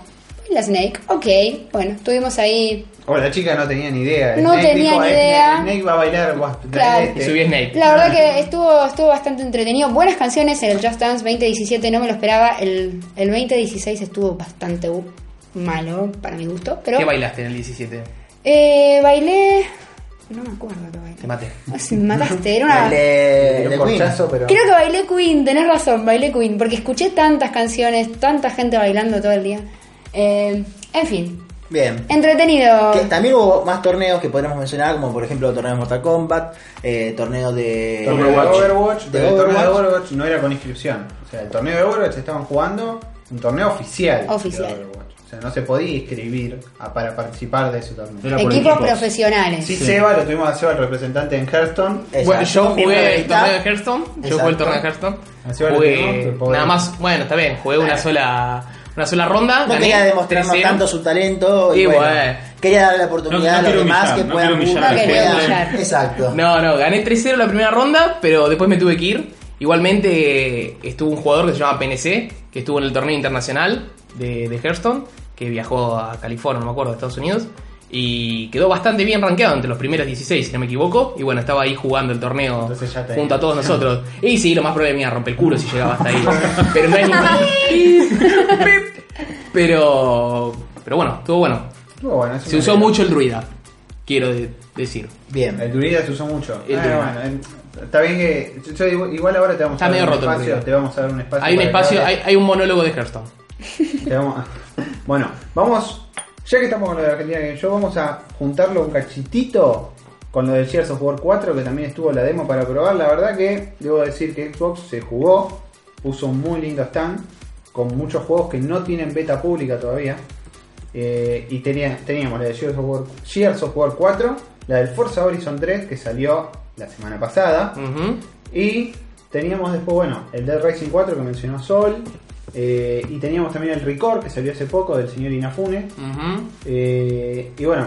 la Snake, ok. Bueno, estuvimos ahí.
O la chica no tenía ni idea.
No tenía
dijo,
ni
"Eh,
idea".
Snake va a bailar. este guas-
Claro.
Y subí Snake.
La verdad que estuvo, estuvo bastante entretenido. Buenas canciones en el Just Dance 2017, no me lo esperaba. El, el 2016 estuvo bastante uh, malo para mi gusto. Pero
¿Qué bailaste en el 17?
Eh, bailé. No me acuerdo que
Te
bailé.
maté.
Ah, sí, me mataste, era una.
Le,
Un
le Queen.
corchazo, pero.
Creo que bailé Queen, tenés razón, bailé Queen, porque escuché tantas canciones, tanta gente bailando todo el día. Eh, en fin,
Bien.
entretenido.
Que también hubo más torneos que podríamos mencionar, como por ejemplo torneo de Mortal Kombat, eh, torneo de
El torneo de
Overwatch.
Overwatch,
De
pero el torneo de
Overwatch.
Overwatch no era con inscripción. O sea, el torneo de Overwatch estaban jugando un torneo oficial. de
Oficial.
Overwatch. O sea, no se podía inscribir a- para participar de ese torneo.
Era por
Equipos,
equipos.
profesionales.
Sí, Seba, lo tuvimos a Seba, el representante en Hearthstone.
Exacto.
Bueno, yo jugué el
Miembro
torneo de
de
Hearthstone. Yo
Exacto.
jugué el torneo de Hearthstone.
Así vale,
Jugué
¿no? Te podés.
nada más. Bueno, está bien. Jugué una sola, una sola ronda.
No
gané
quería demostrarnos
3-0.
tanto su talento. Y
Y
bueno,
bueno.
Quería darle la
No- no
oportunidad a
quiero
los demás
humillar,
que
no
puedan
quiero humillar
a la
que
gente.
puedan- Exacto.
No, no, gané 3-0 la primera ronda, pero después me tuve que ir. Igualmente eh, estuvo un jugador que se llama PNC, que estuvo en el torneo internacional de, de Hearthstone, que viajó a California, no me acuerdo, de Estados Unidos, y quedó bastante bien rankeado entre los primeros 16, si no me equivoco, y bueno, estaba ahí jugando el torneo
Entonces ya te-
junto a todos nosotros. Y sí, lo más probable me iba a romper el culo si llegaba hasta ahí. Pero no hay ningún... pero... Pero bueno, estuvo bueno.
Estuvo bueno, es
Se
una
usó
idea.
mucho el druida, quiero de- decir.
Bien.
El Durida se usó mucho.
El
Ah,
Durida.
bueno, el- está bien que. yo- yo igual- igual ahora te vamos
Está
a dar
medio
un
roto el
espacio.
Durida.
Te vamos a dar un espacio.
Hay un
para que
espacio, hay,
hables.
hay un monólogo de Hearthstone.
Te vamos- bueno, vamos. Ya que estamos con lo de Argentina Game Show, vamos a juntarlo un cachitito con lo del Gears of War 4, que también estuvo la demo para probar. La verdad que debo decir que Xbox se jugó, puso un muy lindo stand, con muchos juegos que no tienen beta pública todavía. Eh, y tenía- teníamos la de Gears of, War, Gears of War 4, la del Forza Horizon 3, que salió la semana pasada.
Ujú.
Y teníamos después, bueno, el Dead Racing 4 que mencionó Sol. eh, y teníamos también el Record que salió hace poco del señor Inafune.
Ujú.
Eh, y bueno,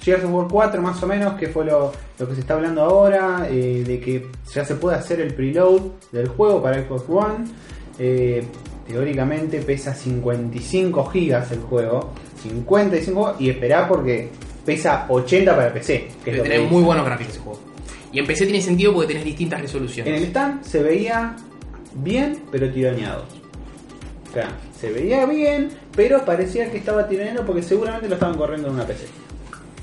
Gears of War 4 más o menos, que fue lo, lo que se está hablando ahora, eh, de que ya se puede hacer el preload del juego para Xbox One. Eh, teóricamente pesa 55 gigas el juego. 55 y esperá porque pesa 80 para PC. Que es
Debe
lo que
tener
dice.
muy buenos gráficos ese juego. Y en PC tiene sentido porque tenés distintas resoluciones.
En el stand se veía bien, pero tironeado. Acá, se veía bien, pero parecía que estaba tironeado porque seguramente lo estaban corriendo en una PC.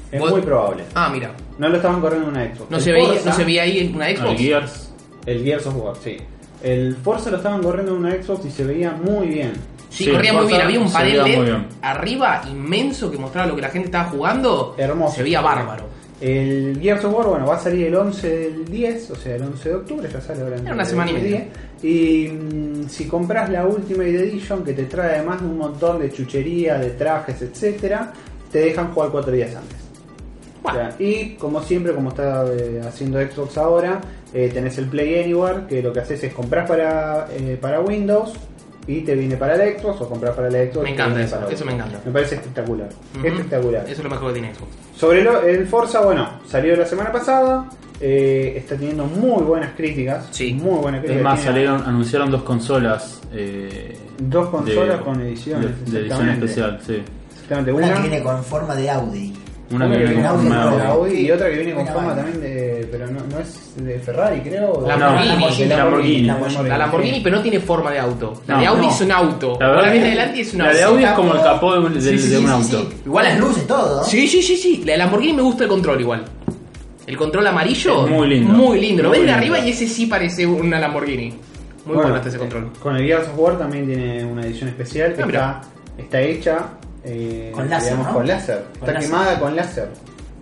Es
Vos-
muy probable.
Ah, mira.
No lo estaban corriendo en una Xbox.
¿No
El
se, veía,
Forza-
¿No se veía ahí una
Al
Xbox?
Gears.
El Gears of War, sí. El Forza lo estaban corriendo en una Xbox y se veía muy bien.
Sí,
Sí,
corría
el
muy
Forza
bien. Había un
se veía
panel
muy
LED
bien.
arriba inmenso que mostraba lo que la gente estaba jugando.
Hermoso.
Se veía bárbaro.
El Gears of War, bueno, va a salir el 11 del 10, o sea, el 11 de octubre, ya sale ahora. en
Era una semana y
el
media.
10. Y mm, si compras la Ultimate Edition, que te trae además un montón de chuchería, de trajes, etcétera, te dejan jugar 4 días antes. O sea, y como siempre, como está eh, haciendo Xbox ahora, eh, tenés el Play Anywhere, que lo que haces es comprar para, eh, para Windows, y te viene para el Xbox o compras para el Xbox.
Me
y te
encanta
viene
eso,
para
eso me encanta.
Me parece espectacular,
Ujú.
espectacular.
Eso es lo mejor que tiene Xbox.
Sobre lo- el Forza, bueno, salió la semana pasada, eh, está teniendo muy buenas críticas.
Sí.
Muy buenas críticas.
Es más,
Tiene
salieron, anunciaron dos consolas. eh,
Dos consolas con ediciones,
de- de edición
exactamente.
especial, sí.
Exactamente,
Una que
una.
viene con forma de Audi.
Una
Una
que viene con
Audi,
forma
no,
de-
con Audi y
Sí.
otra que viene con
Una
forma
banda.
también de. Pero no, no es de Ferrari, creo. o-
La
No,
Lamborghini.
de
Lamborghini.
La Lamborghini, pero no tiene forma de auto. La
No,
de Audi
no.
es un auto.
La verdad
la
que-
de adelante es un
la de
auto.
Audi es como el capó de, un- del-
Sí, sí,
de un
sí,
auto.
sí, sí. Igual las luces, todo.
Sí, sí, sí, sí. La de Lamborghini me gusta el control igual. El control amarillo.
Es muy lindo.
Muy lindo. Lo
Muy
ves de
lindo.
arriba y ese sí parece una Lamborghini. Muy bueno, está
eh.
ese control.
Con el Gears of War también tiene una edición especial que
Ah,
está,
mira.
está hecha eh,
Con láser,
digamos,
¿no?
con láser.
Con
está
láser.
quemada con láser.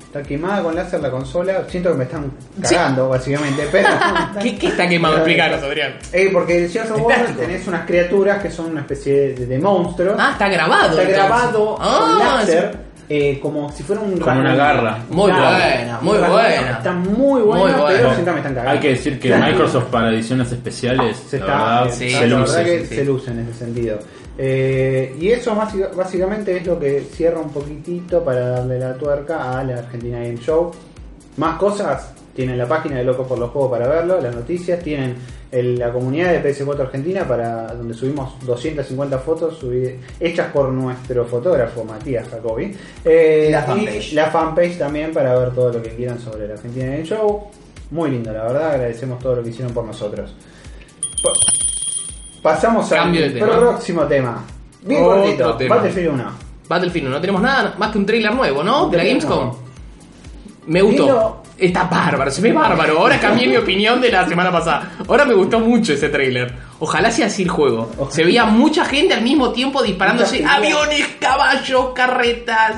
Está quemada con láser la consola. Siento que me están cagando, básicamente, pero.
¿Qué, qué está quemado? Explícanos, Adrián.
Eh, porque el Gears of
Es
War
plástico.
tenés unas criaturas que son una especie de, de monstruos.
Ah, está grabado.
está
entonces.
grabado con
Ah,
láser, eh, como si fuera un
Como una garra.
Muy
Claro.
buena, muy
Está
buena.
Está muy buena,
Muy buena.
pero siento que me están cagando.
Hay que decir que Microsoft para ediciones especiales,
se
la
está,
verdad,
sí,
Ah, se
la
luce.
verdad que
sí, sí.
se luce en ese sentido. Eh, y eso básica- básicamente es lo que cierra un poquitito para darle la tuerca a la Argentina Game Show. Más cosas tienen la página de Locos por los Juegos para verlo, las noticias, tienen el- la comunidad de PS4 Argentina para donde subimos 250 fotos subí- hechas por nuestro fotógrafo Matías Jacobi. Eh,
Y la
y
fanpage.
la fanpage también para ver todo lo que quieran sobre la Argentina Game Show. Muy lindo, la verdad, agradecemos todo lo que hicieron por nosotros. Pasamos al
Cambio de tema.
próximo tema. Bien
Otro
cortito,
tema.
Battlefield 1.
Battlefield 1, no tenemos nada más que un trailer nuevo, ¿no? De la
Trailer
Gamescom.
nuevo.
Me gustó.
Lindo.
Está bárbaro, se ve bárbaro. Ahora cambié mi opinión de la semana pasada. Ahora me gustó mucho ese trailer. Ojalá sea así el juego.
Ojalá.
Se veía mucha gente al mismo tiempo disparándose
Mucha gente.
aviones, caballos, carretas.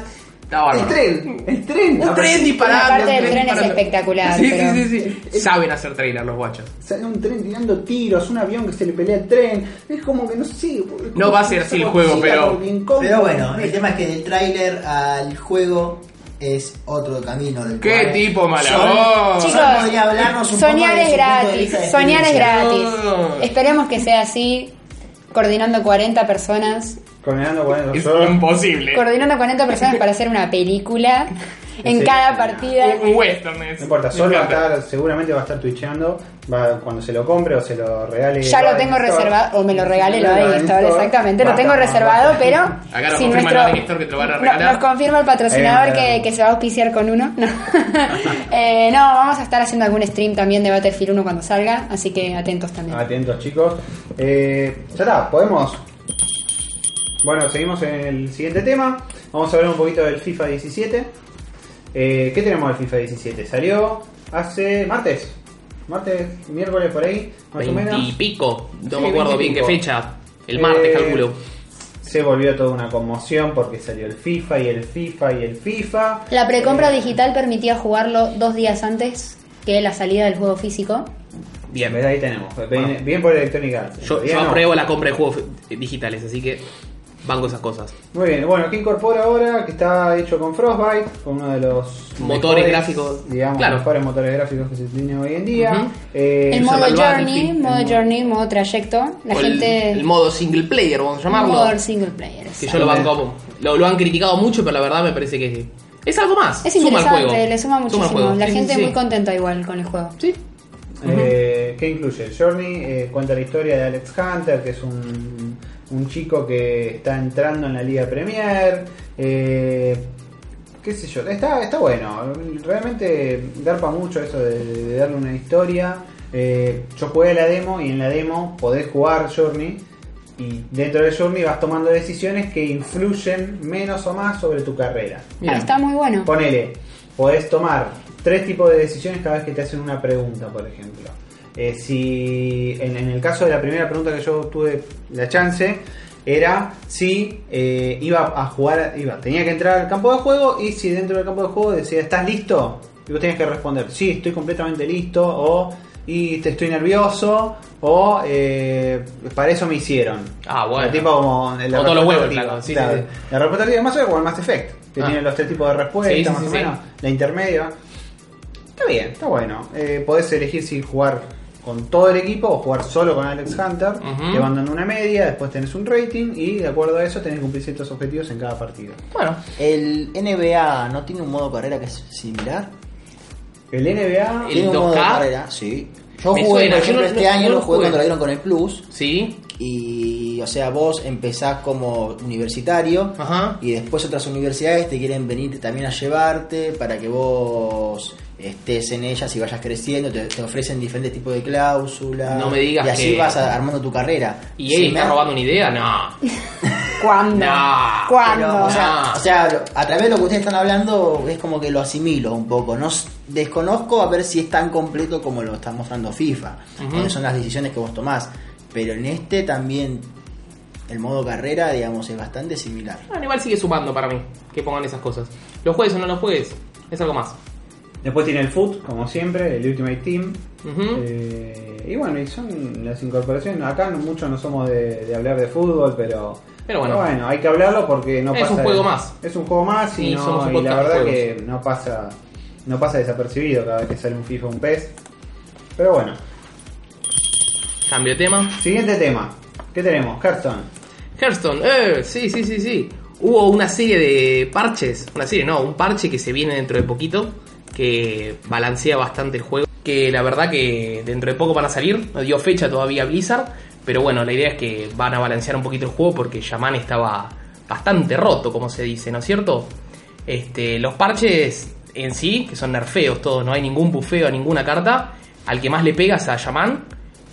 Está
El
bárbaro.
tren, el tren.
Un tren
La
disparando.
parte
un
del tren es
disparando.
espectacular,
Sí,
pero-
sí, sí, sí. Saben hacer trailer los guachos.
Sale un tren tirando tiros, un avión que se le pelea al tren. Es como que no sé. es
No
como
va a
que
ser
no
así el
se
juego,
consiga
pero-
porque incómodo.
Pero bueno, el tema es que del tráiler al juego es otro camino del
qué
cual
tipo
Sol-
malabón.
Sol
Chicos,
podría hablarnos un
soñar
poco
es
de su punto de
gratis,
vista de
soñar es
experiencia.
gratis.
Ah.
No.
Esperemos que sea así, coordinando 40 personas,
Coordinando con
Es
nosotros.
imposible.
coordinando 40 personas para hacer una película en
Sí.
cada partida.
Un un western es.
No importa,
Me
solo va a
encanta.
estar, seguramente va a estar twitcheando va, cuando se lo compre o se lo regale.
Ya lo
Valve
tengo
Store.
reservado, o me lo regale lo
Lo
de
regale
Store,
Store.
exactamente,
Va
lo
a
tengo
estar-
reservado, pero
Acá nos
si
confirma
nuestro...
el Valve Store que te lo van a
No,
regalar.
Nos confirma el
Ahí
patrocinador
va a estar.
que, que se va a auspiciar con uno. No. Eh, no, vamos a estar haciendo algún stream también de Battlefield 1 cuando salga, así que atentos también.
Atentos chicos. Eh, ya está, podemos. Bueno, seguimos en el siguiente tema. Vamos a hablar un poquito del FIFA 17. Eh, ¿Qué tenemos del FIFA 17? Salió hace martes. Martes, miércoles por ahí, más o menos.
Veintipico. No
Sí,
me acuerdo bien qué
25.
fecha. El martes,
Eh,
calculo.
Se volvió toda una conmoción porque salió el FIFA y el FIFA y el FIFA.
La precompra
Eh,
digital permitía jugarlo dos días antes que la salida del juego físico.
Bien, ¿ves? ahí tenemos. Bien, bien por Electronic Arts.
Yo,
Bien,
yo
¿no?
apruebo la compra de juegos eh, digitales, así que banco esas cosas.
Muy bien, bueno, que incorpora ahora, que está hecho con Frostbite, con uno de los
Motores gráficos.
digamos,
Claro.
mejores motores gráficos que se tienen hoy en día.
Ujú.
Eh,
El
usa
modo
manual,
journey,
el fin,
modo
el modo-
journey, modo trayecto. La
O el-
gente.
el, modo single player, vamos a llamarlo.
modo single player.
que
exacto.
yo lo banco. Lo, lo han criticado mucho, pero la verdad me parece que es algo más.
Es
suma al
interesante,
juego.
le suma
al
muchísimo.
juego.
La
Sí, sí,
gente
sí.
muy contenta igual con el juego.
Sí.
eh, ¿Qué incluye? El Journey eh, cuenta la historia de Alex Hunter, que es un, un chico que está entrando en la Liga Premier. Eh, qué sé yo, está, está bueno. Realmente garpa mucho eso de, de darle una historia. Eh, yo jugué la demo y en la demo podés jugar Journey. Y dentro de Journey vas tomando decisiones que influyen menos o más sobre tu carrera.
Mira.
Ah, está muy bueno.
Ponele, podés tomar tres tipos de decisiones cada vez que te hacen una pregunta, por ejemplo. Eh, si en, en el caso de la primera pregunta que yo tuve la chance era si eh, iba a jugar, iba, tenía que entrar al campo de juego y si dentro del campo de juego decía ¿estás listo? Y vos tenías que responder sí, estoy completamente listo o y te estoy nervioso o eh, para eso me hicieron.
Ah, bueno.
El tipo como la
O todos los
respuesta
huevos,
activa,
claro, sí,
claro.
sí, sí.
La respuesta activa es más o menos como el Mass Effect, que
Ah.
tiene los tres tipos de respuestas
Sí,
respuesta,
sí,
más
sí,
o
sí.
menos, la intermedia. Está bien, está bueno. Eh, podés elegir si jugar con todo el equipo o jugar solo con Alex Hunter.
Ujú.
Te van dando una media, después tenés un rating y de acuerdo a eso tenés que cumplir ciertos objetivos en cada partido.
Bueno,
El NBA no tiene un modo carrera que es similar.
El NBA...
El
¿Tiene un modo de
2K?
carrera? Sí. Yo
Me
jugué,
suena,
por ejemplo,
yo no-
este
no-
año
no
lo
lo
jugué
jugué.
cuando lo dieron con el Plus.
sí.
Y, o sea, vos empezás como universitario
Ajá.
y después otras universidades te quieren venir también a llevarte para que vos estés en ellas y vayas creciendo. Te, te ofrecen diferentes tipos de cláusulas.
No me digas
Y así
que-
vas a- armando tu carrera.
¿Y
Se
él
me
está
ha-
robando una idea? No.
¿Cuándo?
No,
¿Cuándo?
Pero, o, sea,
Ah.
o sea, lo- a través de lo que ustedes están hablando es como que lo asimilo un poco. No s- desconozco a ver si es tan completo como lo está mostrando FIFA.
Ujú.
Cuáles son las decisiones que vos tomás. Pero en este también el modo carrera, digamos, es bastante similar.
Bueno, igual sigue sumando para mí que pongan esas cosas. Los juegues o no los juegues, es algo más.
Después tiene el Foot, como siempre, el Ultimate Team.
Ujú.
Eh, y bueno, y son las incorporaciones. Acá no- mucho no somos de, de hablar de fútbol, pero.
Pero bueno.
hay que hablarlo porque no
Es
pasa.
un juego más.
Es un juego más y,
Y
no-
somos un
y la
podcast de
verdad
juegos.
que no pasa, no pasa desapercibido cada vez que sale un FIFA o un PES. Pero bueno,
Cambio de tema.
siguiente tema. ¿Qué tenemos? Carton.
Hearthstone, eh, sí, sí, sí, sí. Hubo una serie de parches, una serie, no, un parche que se viene dentro de poquito, que balancea bastante el juego, que la verdad que dentro de poco van a salir, no dio fecha todavía Blizzard, pero bueno, la idea es que van a balancear un poquito el juego porque Yaman estaba bastante roto, como se dice, ¿no es cierto? Este, los parches en sí, que son nerfeos todos, no hay ningún bufeo a ninguna carta, al que más le pegas a Yaman,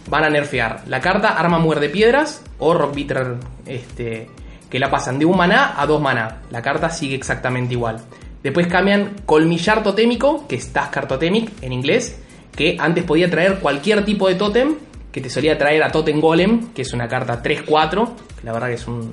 van a nerfear la carta Arma Muerde Piedras o Rock Bitter, este, que la pasan de un maná a dos maná. La carta sigue exactamente igual. Después cambian Colmillar Totémico, que es Taskar Totemic en inglés, que antes podía traer cualquier tipo de tótem, que te solía traer a Totem Golem, que es una carta 3-4, que la verdad que es un,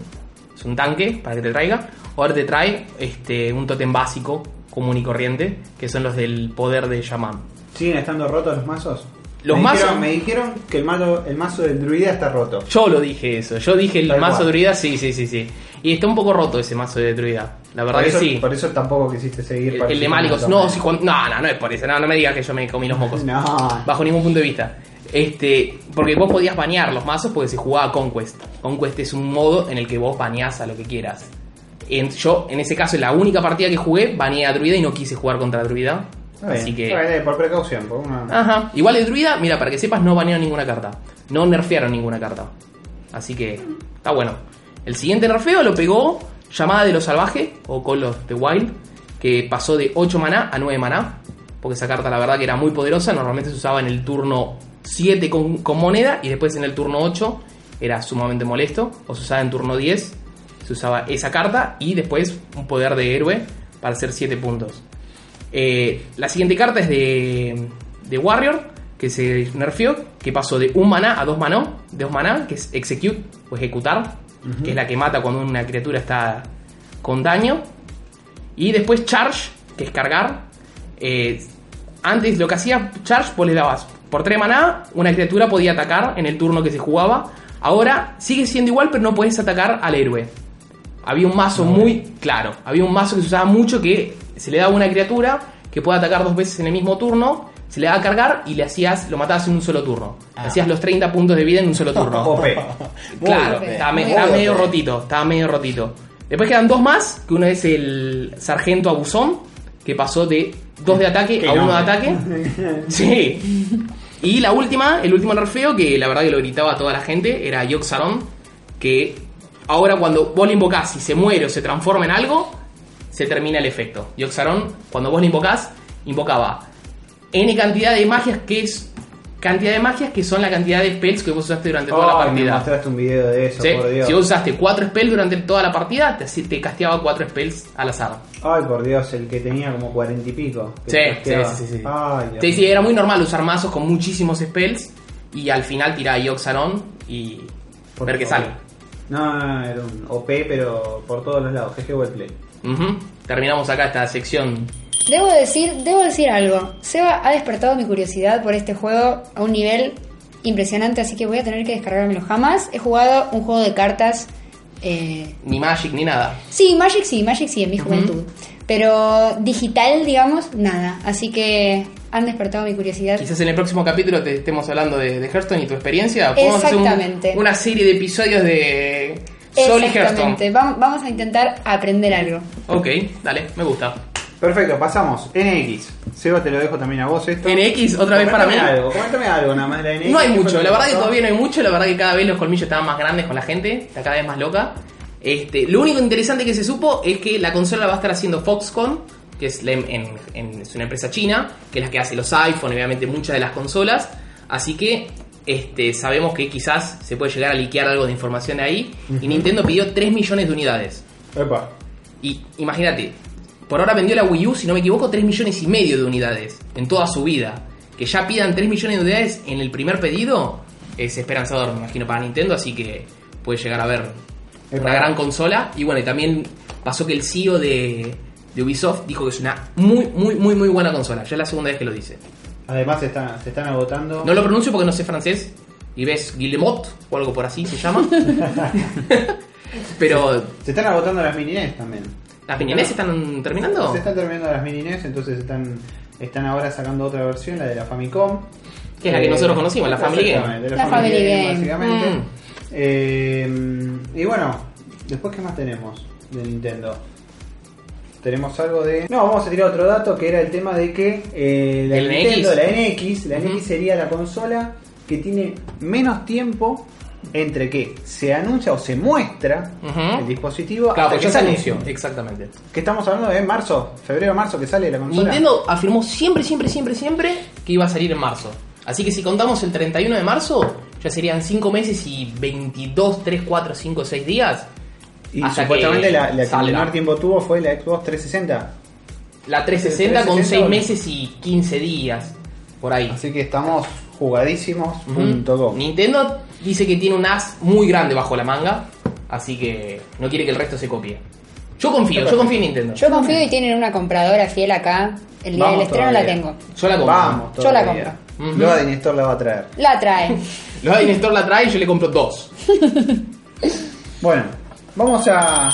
es un tanque para que te traiga. O ahora te trae este, un tótem básico, común y corriente, que son los del poder de Shaman.
¿Siguen estando rotos los mazos?
Los
me
mazos-
Dijeron, me dijeron que el mazo, el mazo del druida está roto.
Yo lo dije eso, yo dije el
Tal
mazo
cual.
de druida, sí, sí, sí, sí. Y está un poco roto ese mazo de druida, la verdad
por,
que
eso,
sí.
por eso tampoco quisiste seguir.
El, el de Malicos,
participando.
no, si cuan- no, no, no es por eso, no, no me digas que yo me comí los mocos.
No.
Bajo ningún punto de vista. Este, porque vos podías banear los mazos porque se jugaba Conquest. Conquest es un modo en el que vos baneás a lo que quieras. En- yo, en ese caso, en la única partida que jugué, baneé a Druida y no quise jugar contra Druida.
Está bien,
Así que.
está bien, eh, por precaución, por una-
Ajá. Igual el druida, mira, para que sepas, no banearon ninguna carta. No nerfearon ninguna carta. Así que está bueno. El siguiente nerfeo lo pegó Llamada de lo Salvaje o Call of the Wild, que pasó de 8 maná a 9 maná. Porque esa carta la verdad que era muy poderosa. Normalmente se usaba en el turno 7 con, con moneda y después en el turno 8 era sumamente molesto. O se usaba en turno 10, se usaba esa carta y después un poder de héroe para hacer 7 puntos. Eh, la siguiente carta es de, de Warrior, que se nerfeó, que pasó de un maná a dos maná, dos maná, que es Execute o Ejecutar, que es la que mata cuando una criatura está con daño. Y después Charge, que es cargar. Eh, antes lo que hacía Charge, vos le dabas por 3 maná, una criatura podía atacar en el turno que se jugaba. Ahora sigue siendo igual, pero no podés atacar al héroe. Había un mazo muy claro. Había un mazo que se usaba mucho que se le daba una criatura que puede atacar dos veces en el mismo turno, se le daba a cargar y le hacías, lo matabas en un solo turno.
Ah.
Hacías los 30 puntos de vida en un solo turno.
OP.
Claro,
Muy
estaba, me-
muy
estaba
OP.
medio rotito, estaba medio rotito. Después quedan dos más, que uno es el sargento abusón, que pasó de dos de ataque
Qué
a uno de
nombre.
ataque. Sí. Y la última, el último nerfeo, que la verdad que lo gritaba toda la gente, era Yoxaron, que ahora cuando vos le invocás y se muere o se transforma en algo, se termina el efecto. Yoxaron, cuando vos le invocás, invocaba N cantidad de magias que es... Cantidad de magias que son la cantidad de spells que vos usaste durante toda la
Ay,
partida.
Me mostraste un video de eso,
Sí,
por Dios.
Si vos usaste 4 spells durante toda la partida, te, te casteaba 4 spells al azar.
Ay, por Dios, el que tenía como cuarenta y pico. que
Sí,
trasteaba.
sí, sí, sí.
Ay, Dios.
Sí, sí, era muy normal usar mazos con muchísimos spells y al final tirar Yoxaron y
Por
ver qué
favor.
sale.
No, no, no, era un OP, pero por todos los lados. GG Wellplay.
Ujú. Terminamos acá esta sección.
Debo decir, debo decir algo. Seba ha despertado mi curiosidad por este juego a un nivel impresionante, así que voy a tener que descargármelo. Jamás he jugado un juego de cartas Eh,
Ni Magic, ni nada.
sí, Magic sí, Magic sí, en mi juventud. Pero digital, digamos, nada. Así que han despertado mi curiosidad.
Quizás en el próximo capítulo te estemos hablando de, de Hearthstone y tu experiencia. Podemos hacer un-
Exactamente.
una serie de episodios de Sol y Hearthstone.
Exactamente. Vam- Vamos a intentar aprender algo.
Ok, dale, me gusta.
Perfecto, pasamos. NX. Seba, te lo dejo también a vos esto.
NX, otra vez para mí.
Comentame Algo, comentame algo nada más de la NX.
No hay
¿Qué fue
mucho,
lo
la verdad que
pasó?
todavía no hay mucho, la verdad que cada vez los colmillos estaban más grandes con la gente, está cada vez más loca. Este, lo único interesante que se supo es que la consola va a estar haciendo Foxconn, que es, la em- en- en- es una empresa china, que es la que hace los iPhone, obviamente muchas de las consolas. Así que este, sabemos que quizás se puede llegar a liquear algo de información de ahí. Y Nintendo pidió 3 millones de unidades.
Epa.
Y imagínate, por ahora vendió la Wii U, si no me equivoco, 3 millones y medio de unidades en toda su vida. Que ya pidan 3 millones de unidades en el primer pedido es esperanzador, me imagino, para Nintendo, así que puede llegar a ver una
Epa.
gran consola. Y bueno, y también pasó que el CEO de, de Ubisoft dijo que es una muy, muy, muy, muy buena consola. Ya es la segunda vez que lo dice.
Además se están, se están agotando.
No lo pronuncio porque no sé francés. Y ves Guillemot o algo por así se llama. Pero,
Se están agotando las mini NES también.
¿las piñones están terminando?
Se están terminando las mini NES, entonces están, están ahora sacando otra versión, la de la Famicom.
Que es la que nosotros conocimos, la Family Game.
Eh, exactamente,
La Family Game. Ah.
Básicamente.
Mm.
Eh, y bueno, después, ¿qué más tenemos de Nintendo? Tenemos algo de. No, vamos a tirar otro dato que era el tema de que eh, la
El
Nintendo,
NX.
la NX, la
Ujú.
NX sería la consola que tiene menos tiempo entre que se anuncia o se muestra
Ujú.
el dispositivo
Claro,
hasta
porque
que
ya se
sale.
anunció. Exactamente.
Que estamos hablando de marzo, febrero, marzo que sale la consola.
Nintendo afirmó siempre, siempre, siempre, siempre que iba a salir en marzo. Así que si contamos el 31 de marzo, ya serían 5 meses y 22, 3, 4, 5, 6 días.
Y
hasta
supuestamente
que
la, la que
salga.
menor tiempo tuvo fue la Xbox 360.
La 360 con
360
6
o-
meses y 15 días. Por ahí.
Así que estamos jugadísimos.
Ujú.
punto com.
Nintendo dice que tiene un as muy grande bajo la manga. Así que no quiere que el resto se copie. Yo confío, yo confío en Nintendo.
Yo confío y tienen una compradora fiel acá. El día
Vamos
del estreno la
todavía.
tengo.
Yo la compro.
Vamos,
Yo la
todavía.
compro.
Loa de Néstor la va a traer.
La trae.
Los de Nestor la trae y yo le compro dos.
Bueno, vamos a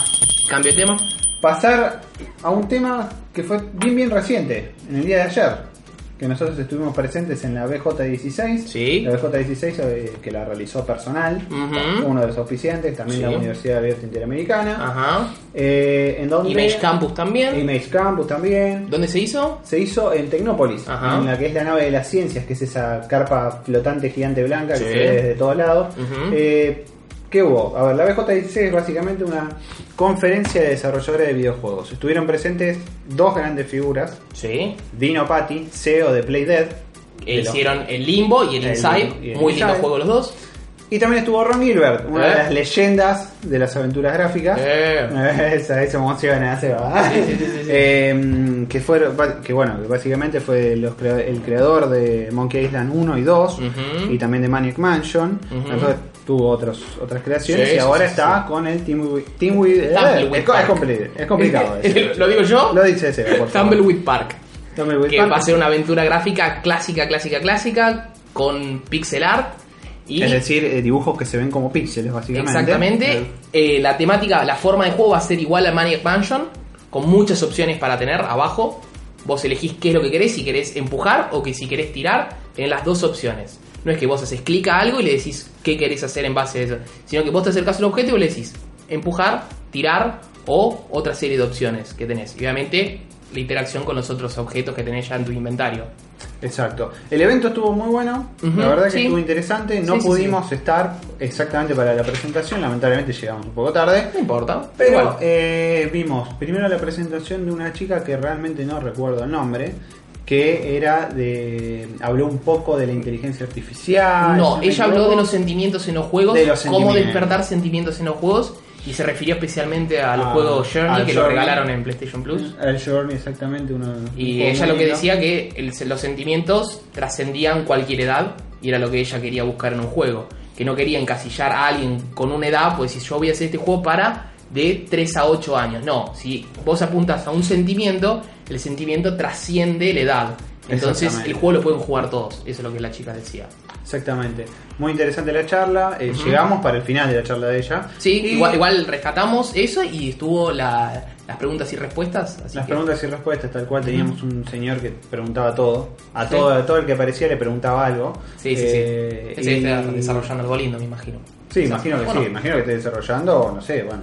Cambio de tema.
pasar a un tema que fue bien, bien reciente, en el día de ayer. Que nosotros estuvimos presentes en la BJ16.
Sí.
La BJ16 eh, que la realizó personal,
Ujú.
uno de los oficiantes, también
Sí. Ah.
la Universidad Abierta Interamericana.
Ajá.
Eh, en donde
Image Campus también.
Image Campus también.
¿Dónde se hizo?
Se hizo en Tecnópolis,
Ajá.
en la que es la nave de las ciencias, que es esa carpa flotante gigante blanca
Sí.
que se ve desde todos lados.
Ujú.
Eh, ¿Qué hubo? A ver, la BJ16 es básicamente una conferencia de desarrolladores de videojuegos. Estuvieron presentes dos grandes figuras,
Sí.
Dino Patti, CEO de PlayDead,
Que
de los-
hicieron el Limbo y el
El
Inside.
Limbo y el
Muy lindo
Inside.
juego los dos.
y también estuvo Ron Gilbert, una
Eh.
de las leyendas de las aventuras gráficas.
Eh.
Esa, eso emociona, se va. Eh, que, fueron, que bueno, que básicamente fue los crea- el creador de Monkey Island 1 y 2
Ujú.
y también de Maniac Mansion.
Ujú.
Entonces tuvo otros, otras creaciones
Sí,
y
sí,
ahora
sí,
está con el Team with. Team with-
Tumbleweed
eh, es, co-
Park.
es compli- es complicado. decirlo.
¿Lo digo yo?
Lo dice ese, por favor.
Tumbleweed Park.
Tumbleweed
Que
Park.
va a ser una aventura gráfica clásica, clásica, clásica. Con pixel art. Y
Es decir, eh, dibujos que se ven como píxeles, básicamente.
Exactamente. Eh, la temática, la forma de juego va a ser igual a Maniac Mansion, con muchas opciones para tener abajo. Vos elegís qué es lo que querés, si querés empujar o que si querés tirar, en las dos opciones. No es que vos haces clic a algo y le decís qué querés hacer en base a eso, sino que vos te acercás al objetivo y le decís empujar, tirar o otra serie de opciones que tenés. Y obviamente la interacción con los otros objetos que tenés ya en tu inventario.
Exacto. El evento estuvo muy bueno,
Ujú,
la verdad que
sí.
estuvo interesante. No
Sí, sí,
pudimos estar exactamente para la presentación, lamentablemente llegamos un poco tarde.
No importa.
Pero
igual.
eh, vimos primero la presentación de una chica que realmente no recuerdo el nombre, que era de. habló un poco de la inteligencia artificial. si
No,
me
ella habló
equivoco.
de los sentimientos en los juegos,
De los
cómo
sentimientos.
despertar sentimientos en los juegos, y se refirió especialmente al
Ah,
juego Journey
al
que lo
Journey.
regalaron en PlayStation Plus.
El Journey, exactamente, uno de los- Mm. un
Y
juego
ella
muy
lo que
lindo.
decía que el- los sentimientos trascendían cualquier edad, y era lo que ella quería buscar en un juego. Que no quería encasillar a alguien con una edad, pues si yo voy a hacer este juego para de 3 a 8 años. No, si vos apuntas a un sentimiento, el sentimiento trasciende la edad. Entonces
Exactamente.
el juego lo pueden jugar todos, eso es lo que la chica decía.
Exactamente. Muy interesante la charla. eh, Llegamos para el final de la charla de ella.
Sí,
Y
igual, igual rescatamos eso y estuvo la- las preguntas y respuestas. Así
Las
que-
preguntas y respuestas, tal cual teníamos un señor que preguntaba todo. A
Sí.
todo, a todo el que aparecía le preguntaba algo.
Sí, sí, sí.
Eh,
Ese
y-
está desarrollando algo lindo, me imagino.
Sí,
Quizás.
imagino que
Bueno,
sí, imagino que esté desarrollando, o no sé, bueno.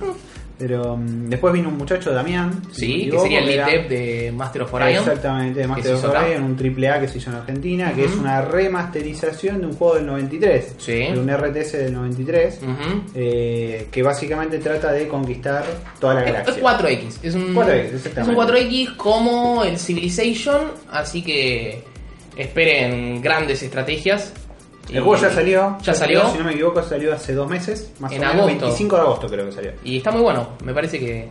Pero mm, después vino un muchacho, Damián. si no me
Sí, que
equivoco,
sería el lead
era-
dev de Master of Orion.
Exactamente, de
que
Master
se
of
hizo acá.
Orion, un triple A que se hizo en Argentina, que es
Ujú.
una remasterización de un juego del 93,
Sí.
de un RTS del 93,
Ujú.
eh, que básicamente trata de conquistar toda la
Es, es
galaxia.
4X, es un
4X,
es un
exactamente.
4X como el Civilization, así que esperen grandes estrategias.
El juego ya salió,
Ya salió.
si no me equivoco, salió hace dos meses, más
En
o menos,
agosto.
25 de agosto creo que salió.
Y está muy bueno, me parece que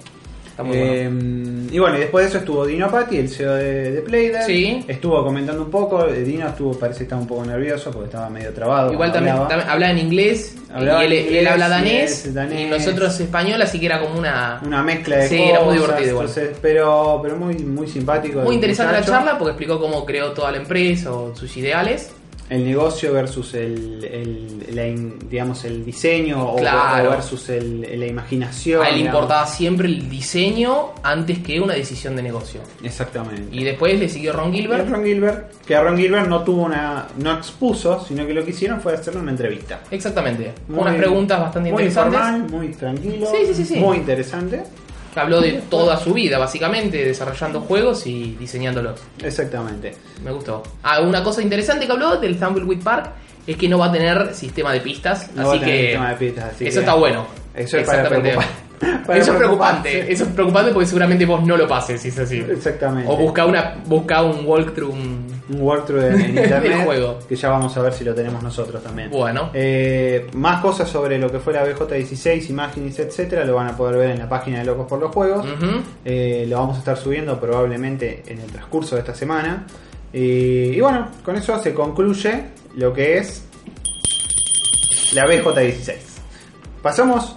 está muy
Eh,
bueno.
Y bueno, y después de eso estuvo Dino Patti, el CEO de, de Playdead.
Sí.
Estuvo comentando un poco. eh, Dino estuvo, parece que estaba un poco nervioso porque estaba medio trabado.
Igual
cuando
también
hablaba.
también hablaba en inglés
Hablaba
y él,
en
él habla
inglés,
danés,
y es danés.
y nosotros español, así que era como una,
Una mezcla de
Sí,
cosas.
era muy divertido igual.
entonces, pero, pero muy, muy simpático.
muy
el
interesante la
muchacho.
charla porque explicó cómo creó toda la empresa o sus ideales.
El negocio versus el, el- la in- digamos, el diseño o-
Claro.
o, versus el- la imaginación.
A él
digamos.
importaba siempre el diseño antes que una decisión de negocio.
Exactamente.
Y después le siguió Ron Gilbert.
Ron Gilbert, que a Ron Gilbert no tuvo una, no expuso, sino que lo que hicieron fue hacerle una entrevista.
Exactamente.
Muy-
Unas preguntas bastante
muy
interesantes.
informal, muy tranquilo.
Sí, sí, sí, sí.
Muy interesante.
Que Habló de toda su vida, básicamente, desarrollando juegos y diseñándolos.
Exactamente.
Me gustó. Ah, una cosa interesante que habló del Thumbleweed Park es que no va a tener sistema de pistas.
No
así
va a tener
que
sistema de pistas, así
eso
que-
está bueno.
Eso es para
Exactamente.
preocupar- para
eso es
preocuparse.
preocupante, eso es preocupante porque seguramente vos no lo pases si es así.
Exactamente.
O busca una busca un walkthrough. un-
Un walkthrough en, en internet.
Del juego.
Que ya vamos a ver si lo tenemos nosotros también.
Bueno.
Eh, más cosas sobre lo que fue la BJ16, imágenes, etcétera, lo van a poder ver en la página de Locos por los Juegos.
Ujú.
Eh, lo vamos a estar subiendo probablemente en el transcurso de esta semana. Eh, y bueno, con eso se concluye lo que es la BJ16. Pasamos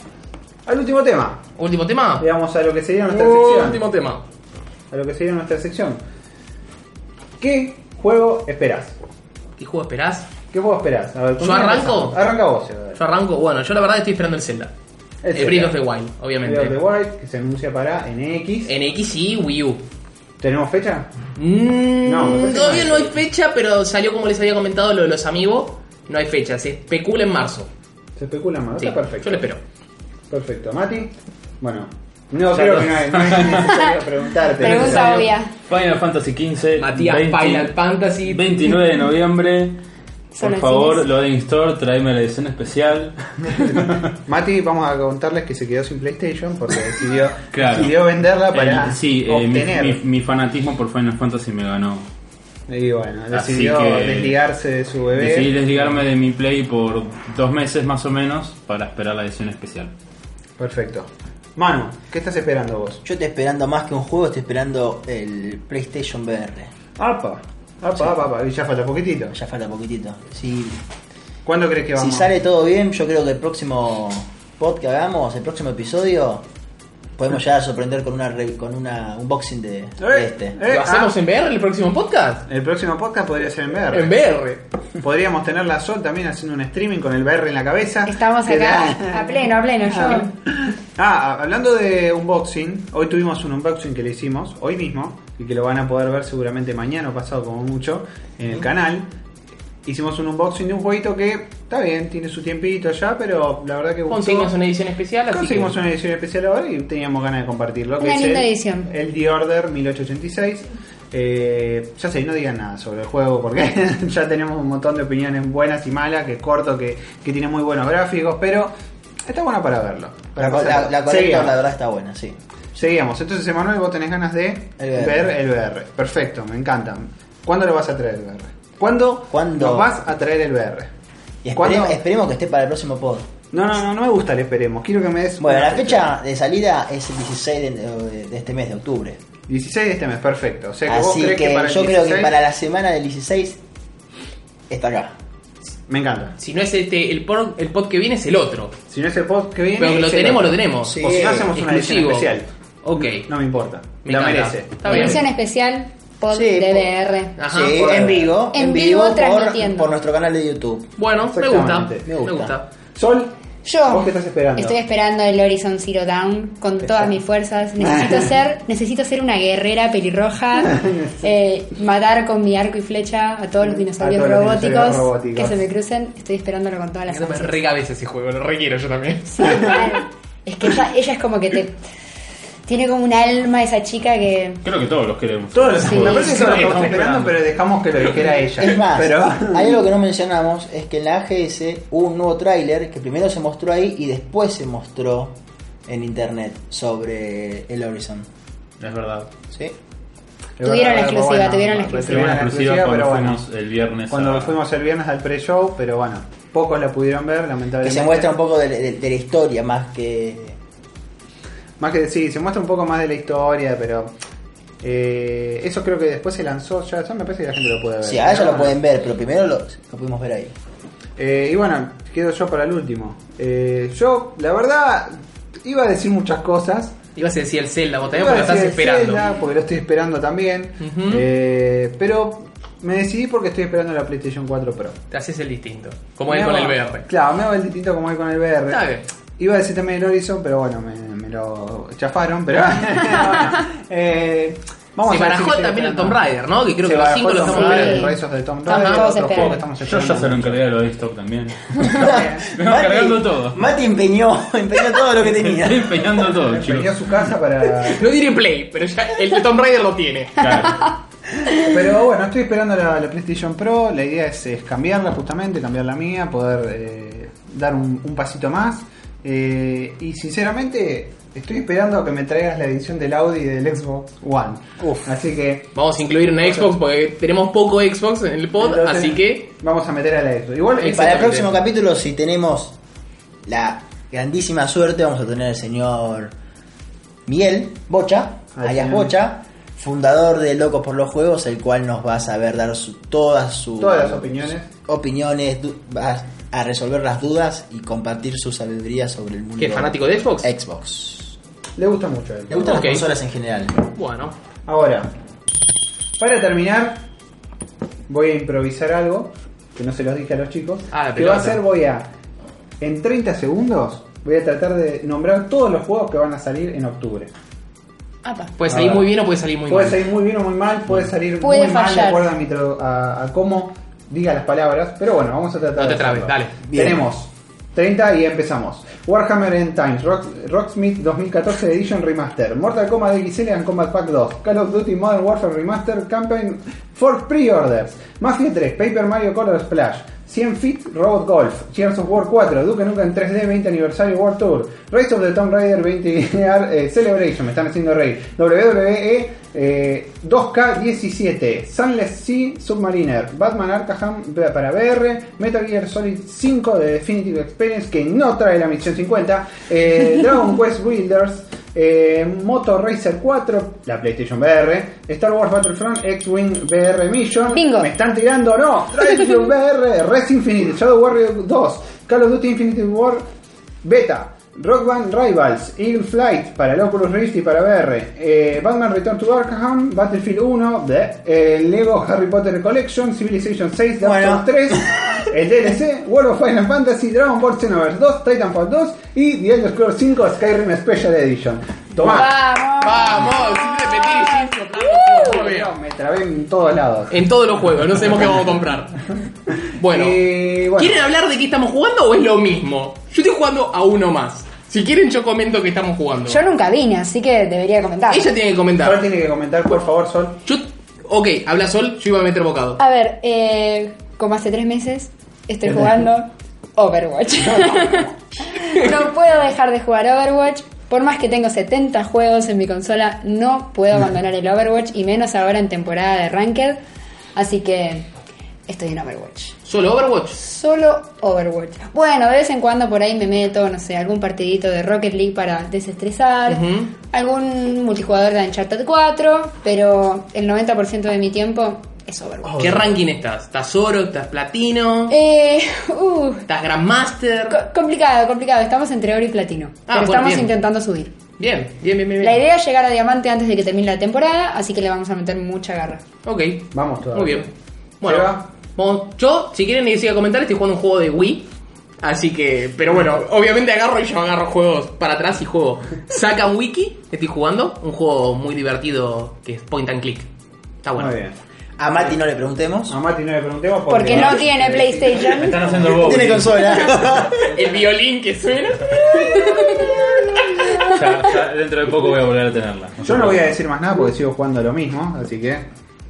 al último tema.
Último tema.
Veamos a lo que sería nuestra sección.
Último tema.
A lo que sería nuestra sección. ¿Qué juego esperás?
¿Qué juego esperás?
¿Qué juego esperás? A ver, ¿con
¿Yo
quién
arranco?
empezamos? Arranca vos, Eva.
Yo arranco, bueno, yo la verdad estoy esperando el Zelda.
El
El,
Zelda.
Breath of the Wild, obviamente.
Breath of the Wild, que se anuncia para NX.
En X y Wii U.
¿Tenemos fecha?
Mm,
No, me parece que
todavía
no
no
hay
hay fecha, pero salió como les había comentado lo de los amigos. No hay fecha, se especula en marzo.
Se especula más.
Sí,
Está perfecto.
Yo lo espero.
Perfecto. Mati, bueno. No, creo que no es, no es necesario preguntarte.
Pregunta
Necesario.
obvia.
Final Fantasy XV.
Matías,
20
Final Fantasy.
29 de noviembre.
Solo
Por
en
favor,
cines.
Loading Store, tráeme la edición especial.
Mati, vamos a contarles que se quedó sin PlayStation porque decidió,
Claro.
decidió venderla para
Eh, sí, eh, mi,
obtener.
mi- mi fanatismo por Final Fantasy me ganó.
Y bueno,
Así
decidió
que-
desligarse de su bebé.
Decidí desligarme de mi Play por dos meses más o menos para esperar la edición especial.
Perfecto. Manu, ¿qué estás esperando vos?
Yo estoy esperando más que un juego, estoy esperando el PlayStation VR.
Apa. Apa, apa, apa. Y ya falta poquitito.
Ya falta poquitito. Si,
¿Cuándo crees que
si
vamos?
sale todo bien, yo creo que el próximo pod que hagamos, el próximo episodio, podemos llegar a sorprender con una re- con una unboxing de, de
Eh,
este.
eh,
¿Lo hacemos
ah,
en VR el próximo podcast?
El próximo podcast podría ser en VR.
En VR.
Podríamos tener la Sol también haciendo un streaming con el VR en la cabeza.
Estamos
Que
acá a pleno, a pleno. Yo
Ah, a- hablando de unboxing, hoy tuvimos un unboxing que le hicimos, hoy mismo, y que lo van a poder ver seguramente mañana o pasado como mucho, en el canal. Hicimos un unboxing de un jueguito que está bien, tiene su tiempito ya, pero la verdad que gustó.
Conseguimos una edición especial, así que.
Conseguimos una edición especial ahora y teníamos ganas de compartirlo. que
Una
es
linda
el-
edición.
El The Order 1886. Eh, ya sé, no digan nada sobre el juego porque ya tenemos un montón de opiniones buenas y malas, que es corto, que, que tiene muy buenos gráficos, pero está bueno para verlo.
La,
Para
la, la,
pasarlo.
Collector,
seguíamos,
la verdad está buena, sí.
seguíamos. Entonces, Emanuel, vos tenés ganas de
El VR.
ver el VR. Perfecto, me encanta. ¿Cuándo lo vas a traer el VR? ¿Cuándo,
¿Cuándo?
nos vas a traer el VR?
Y
¿Cuándo?
esperemos, esperemos que esté para el próximo pod.
No, no, no, no me gusta el esperemos. Quiero que me des.
Bueno,
una
la fecha de salida es el 16 de, de este mes de octubre.
16 de este mes, perfecto. O sea que vos
Así
crees
que,
que, para el
yo creo que
16
para la semana del 16 está acá.
Me encanta.
Si no es este, el, por- el pod que viene es el otro.
Si no es el post que viene.
Pero que lo
es el
tenemos,
otro.
lo tenemos. Eh,
Sí.
O si no hacemos una edición
Exclusivo.
especial.
Ok.
No me importa.
Me
la
encanta.
merece.
Está bien.
Mención especial Pod
Sí,
DBR.
Ajá.
Sí,
por-
en vivo.
En vivo
por,
transmitiendo.
por nuestro canal de YouTube.
Bueno, me gusta.
Exactamente.
Me
Me
gusta.
gusta.
Sol,
Yo
¿Vos qué estás esperando?
estoy esperando el Horizon Zero Dawn con todas mis fuerzas.
Ah.
Necesito ser, necesito ser una guerrera pelirroja, eh, matar con mi arco y flecha a todos los dinosaurios
todos los
robóticos,
dinosaurios robóticos.
que se me crucen. Estoy esperándolo con todas las
Me
ansias.
regabes ese juego, lo requiero yo también.
Sí, mal. es que ella, ella es como que te tiene como un alma esa chica que
Creo que todos los queremos.
todos los,
Sí.
me parece que
Sí,
todos los
estamos
estamos esperando, pero dejamos que lo dijera ella.
Es más,
pero
hay algo que no mencionamos, es que en la AGS hubo un nuevo tráiler que primero se mostró ahí y después se mostró en internet sobre el Horizon.
Es verdad.
¿Sí?
Tuvieron la
pero
exclusiva, tuvieron la exclusiva.
Tuvimos una exclusiva cuando fuimos el viernes.
Cuando
a-
fuimos el viernes al pre-show, pero bueno, pocos la pudieron ver,
Que
lamentablemente.
se muestra un poco de, de- de la historia más que...
Más que sí, se muestra un poco más de la historia, pero eh, eso creo que después se lanzó ya, eso me parece que la gente lo puede ver.
Sí, ahora ya lo
Bueno.
pueden ver, pero primero lo, lo pudimos ver ahí.
Eh, y bueno, quedo yo para el último. Eh, yo, la verdad, iba a decir muchas cosas.
Ibas a decir el Zelda, vos también
Iba
porque
a
lo estás
decir el
esperando.
Zelda, porque lo estoy esperando también.
Ujú.
Eh, pero me decidí porque estoy esperando la PlayStation 4 Pro.
Te haces el distinto. Como
Me
es con
hago-
el VR.
Claro, me hago el distinto como es con el VR.
Está bien.
Iba a decir también el Horizon, pero bueno, me, me lo chafaron, pero bueno. Eh, vamos
se
a ver si
barajó
estoy
también el
esperando.
Tomb Raider, ¿no? Que creo
Se
que los
barajó
cinco
el
lo
Tomb
estamos
Raider,
viendo.
el Rise of the Tomb Raider,
Estamos
otro juego
esperando.
que estamos
Yo
esperando.
ya se lo encargué de lo de stock también.
También.
Vengo cargando todo.
Mati empeñó, empeñó todo lo que tenía.
Estoy empeñando todo,
Vendió
chicos.
su casa para...
No diré Play, pero ya el de Tomb Raider lo tiene.
Claro.
Pero bueno, estoy esperando la, la PlayStation Pro. La idea es, es cambiarla justamente, cambiar la mía, poder eh, dar un, un pasito más. Eh, y sinceramente, estoy esperando a que me traigas la edición del Audi y del Xbox One.
Uf.
Así que.
Vamos a incluir una Xbox porque tenemos poco Xbox en el pod,
entonces,
así que.
Vamos a meter a la Xbox.
Exacto.
Igual,
Para el
Exactamente.
próximo capítulo, si tenemos la grandísima suerte, vamos a tener al señor Miguel Bocha,
Al
alias
señor.
Bocha, fundador de Locos por los Juegos, el cual nos va a saber dar su- todas sus
Todas las opiniones.
opiniones, du- va a resolver las dudas y compartir su sabiduría sobre el mundo.
¿Qué, fanático de Xbox?
Xbox.
le gusta mucho a él.
Le gustan
Ok.
las consolas en general.
Bueno,
Ahora, para terminar, voy a improvisar algo que no se los dije a los chicos.
Ah, la
que va a
pelota.
ser, voy a, en 30 segundos, voy a tratar de nombrar todos los juegos que van a salir en octubre.
apa.
puede
A
salir
ver.
muy bien o puede salir muy
puede
mal.
salir muy bien o muy mal, puede salir
Puede
muy mal de
fallar.
acuerdo a, mi tro- a- a cómo diga las palabras, pero bueno, vamos a tratar
No te
de
trabes, dale.
hacerlo.
Bien.
Tenemos 30 y empezamos. Warhammer End Times, Rock- Rocksmith 2014 Edition Remaster, Mortal Kombat XL and Combat Pack 2, Call of Duty Modern Warfare Remaster, Campaign for Pre-Orders, Mafia 3, Paper Mario Color Splash, 100 Feet Robot Golf, Gears of War 4, Duke Nukem 3D 20 Aniversario World Tour, Race of the Tomb Raider 20 eh, Celebration, me están haciendo reír, WWE eh, 2K17, Sunless Sea Submariner, Batman Arkham para VR, Metal Gear Solid 5 de Definitive Experience que no trae la misión 50, eh, Dragon Quest Builders, eh, Moto Racer 4, la PlayStation VR, Star Wars Battlefront, X-Wing VR Mission,
Bingo.
me están tirando, o no, Trials VR, Res Infinite, Shadow Warrior 2, Call of Duty Infinity War Beta, Rock Band Rivals, Eagle Flight para el Oculus Rift y para VR, eh, Batman Return to Arkham, Battlefield 1, de, eh, Lego Harry Potter Collection, Civilization 6, Dark
Bueno.
Souls eh, 3, el DLC, World of Final Fantasy, Dragon Ball Xenoverse 2, Titanfall 2 y The Elder Scrolls 5 Skyrim Special Edition. Tomá.
Vamos.
Vamos, sin repetir, sin soplar, todo bien.
Me trabé en todos lados.
En todos los juegos, no sabemos qué vamos a comprar. Bueno,
Eh, bueno.
¿quieren hablar de qué estamos jugando o es lo mismo? Yo estoy jugando a uno más. Si quieren, yo comento que estamos jugando.
Yo nunca vine, así que debería comentar.
Ella tiene que
Sol
comentar.
tiene que comentar, por favor, Sol.
Yo, ok, habla Sol, yo iba a meter bocado.
A ver, eh, como hace tres meses estoy jugando Overwatch. no puedo dejar de jugar Overwatch. Por más que tengo 70 juegos en mi consola, no puedo abandonar el Overwatch y menos ahora en temporada de Ranked. Así que estoy en Overwatch.
Solo Overwatch.
Solo Overwatch. Bueno, de vez en cuando por ahí me meto, no sé, algún partidito de Rocket League para desestresar,
Ujú.
algún multijugador de Uncharted 4, pero el 90% de mi tiempo es Overwatch.
¿Qué ranking estás? ¿Estás oro? ¿Estás platino?
Oh, Eh, uh,
¿Estás Grandmaster?
co- complicado, complicado. Estamos entre oro y platino.
Ah,
pero
bueno,
estamos
bien.
intentando subir.
Bien, bien, bien, bien.
La idea es llegar a diamante antes de que termine la temporada, así que le vamos a meter mucha garra.
Ok.
Vamos todavía.
Muy bien. Bueno,
Seba.
vamos- yo, si quieren decir a comentar, estoy jugando un juego de Wii. Así que, pero bueno, obviamente agarro y yo agarro juegos para atrás y juego. Saca un wiki, estoy jugando, un juego muy divertido que es point and click. Está Ah, bueno.
Muy bien.
A Mati no le preguntemos.
A Mati no le preguntemos porque,
Porque no tiene PlayStation.
Están haciendo el bobo.
Tiene consola.
El violín que suena.
Ya, ya dentro de poco voy a volver a tenerla.
Yo no voy a decir más nada porque sigo jugando lo mismo, así que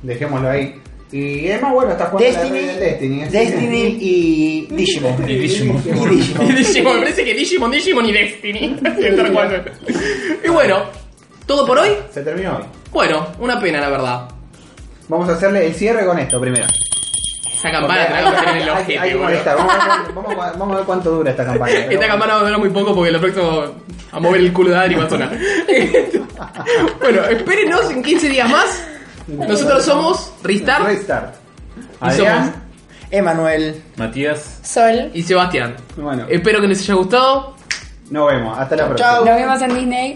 dejémoslo ahí. Y además, bueno, está jugando la
Destiny,
red del Destiny. así que-
Destiny y Digimon.
Y Digimon.
Y Digimon.
Y Digimon, me parece que Digimon, Digimon y Destiny. Estar jugando. y bueno, todo por hoy.
Se terminó hoy.
Bueno, una pena la verdad.
Vamos a hacerle el cierre con esto primero.
Esa campana te la
Porque
vamos a tener en el
hay- hay
ojete,
que
boludo.
molestar. Vamos a, ver, vamos a- vamos a ver cuánto dura esta campaña. Pero
Esta
bueno.
campana va a durar muy poco porque lo próximo a mover el culo de Adri va a sonar. bueno, espérenos en 15 días más. Nosotros somos Ristar
Restart.
y somos
Adrián.
Emanuel.
Matías,
Sol.
y Sebastián.
Bueno,
em Espero que les haya gustado.
nos vemos. Hasta la próxima.
Chau.
Nos vemos en Disney.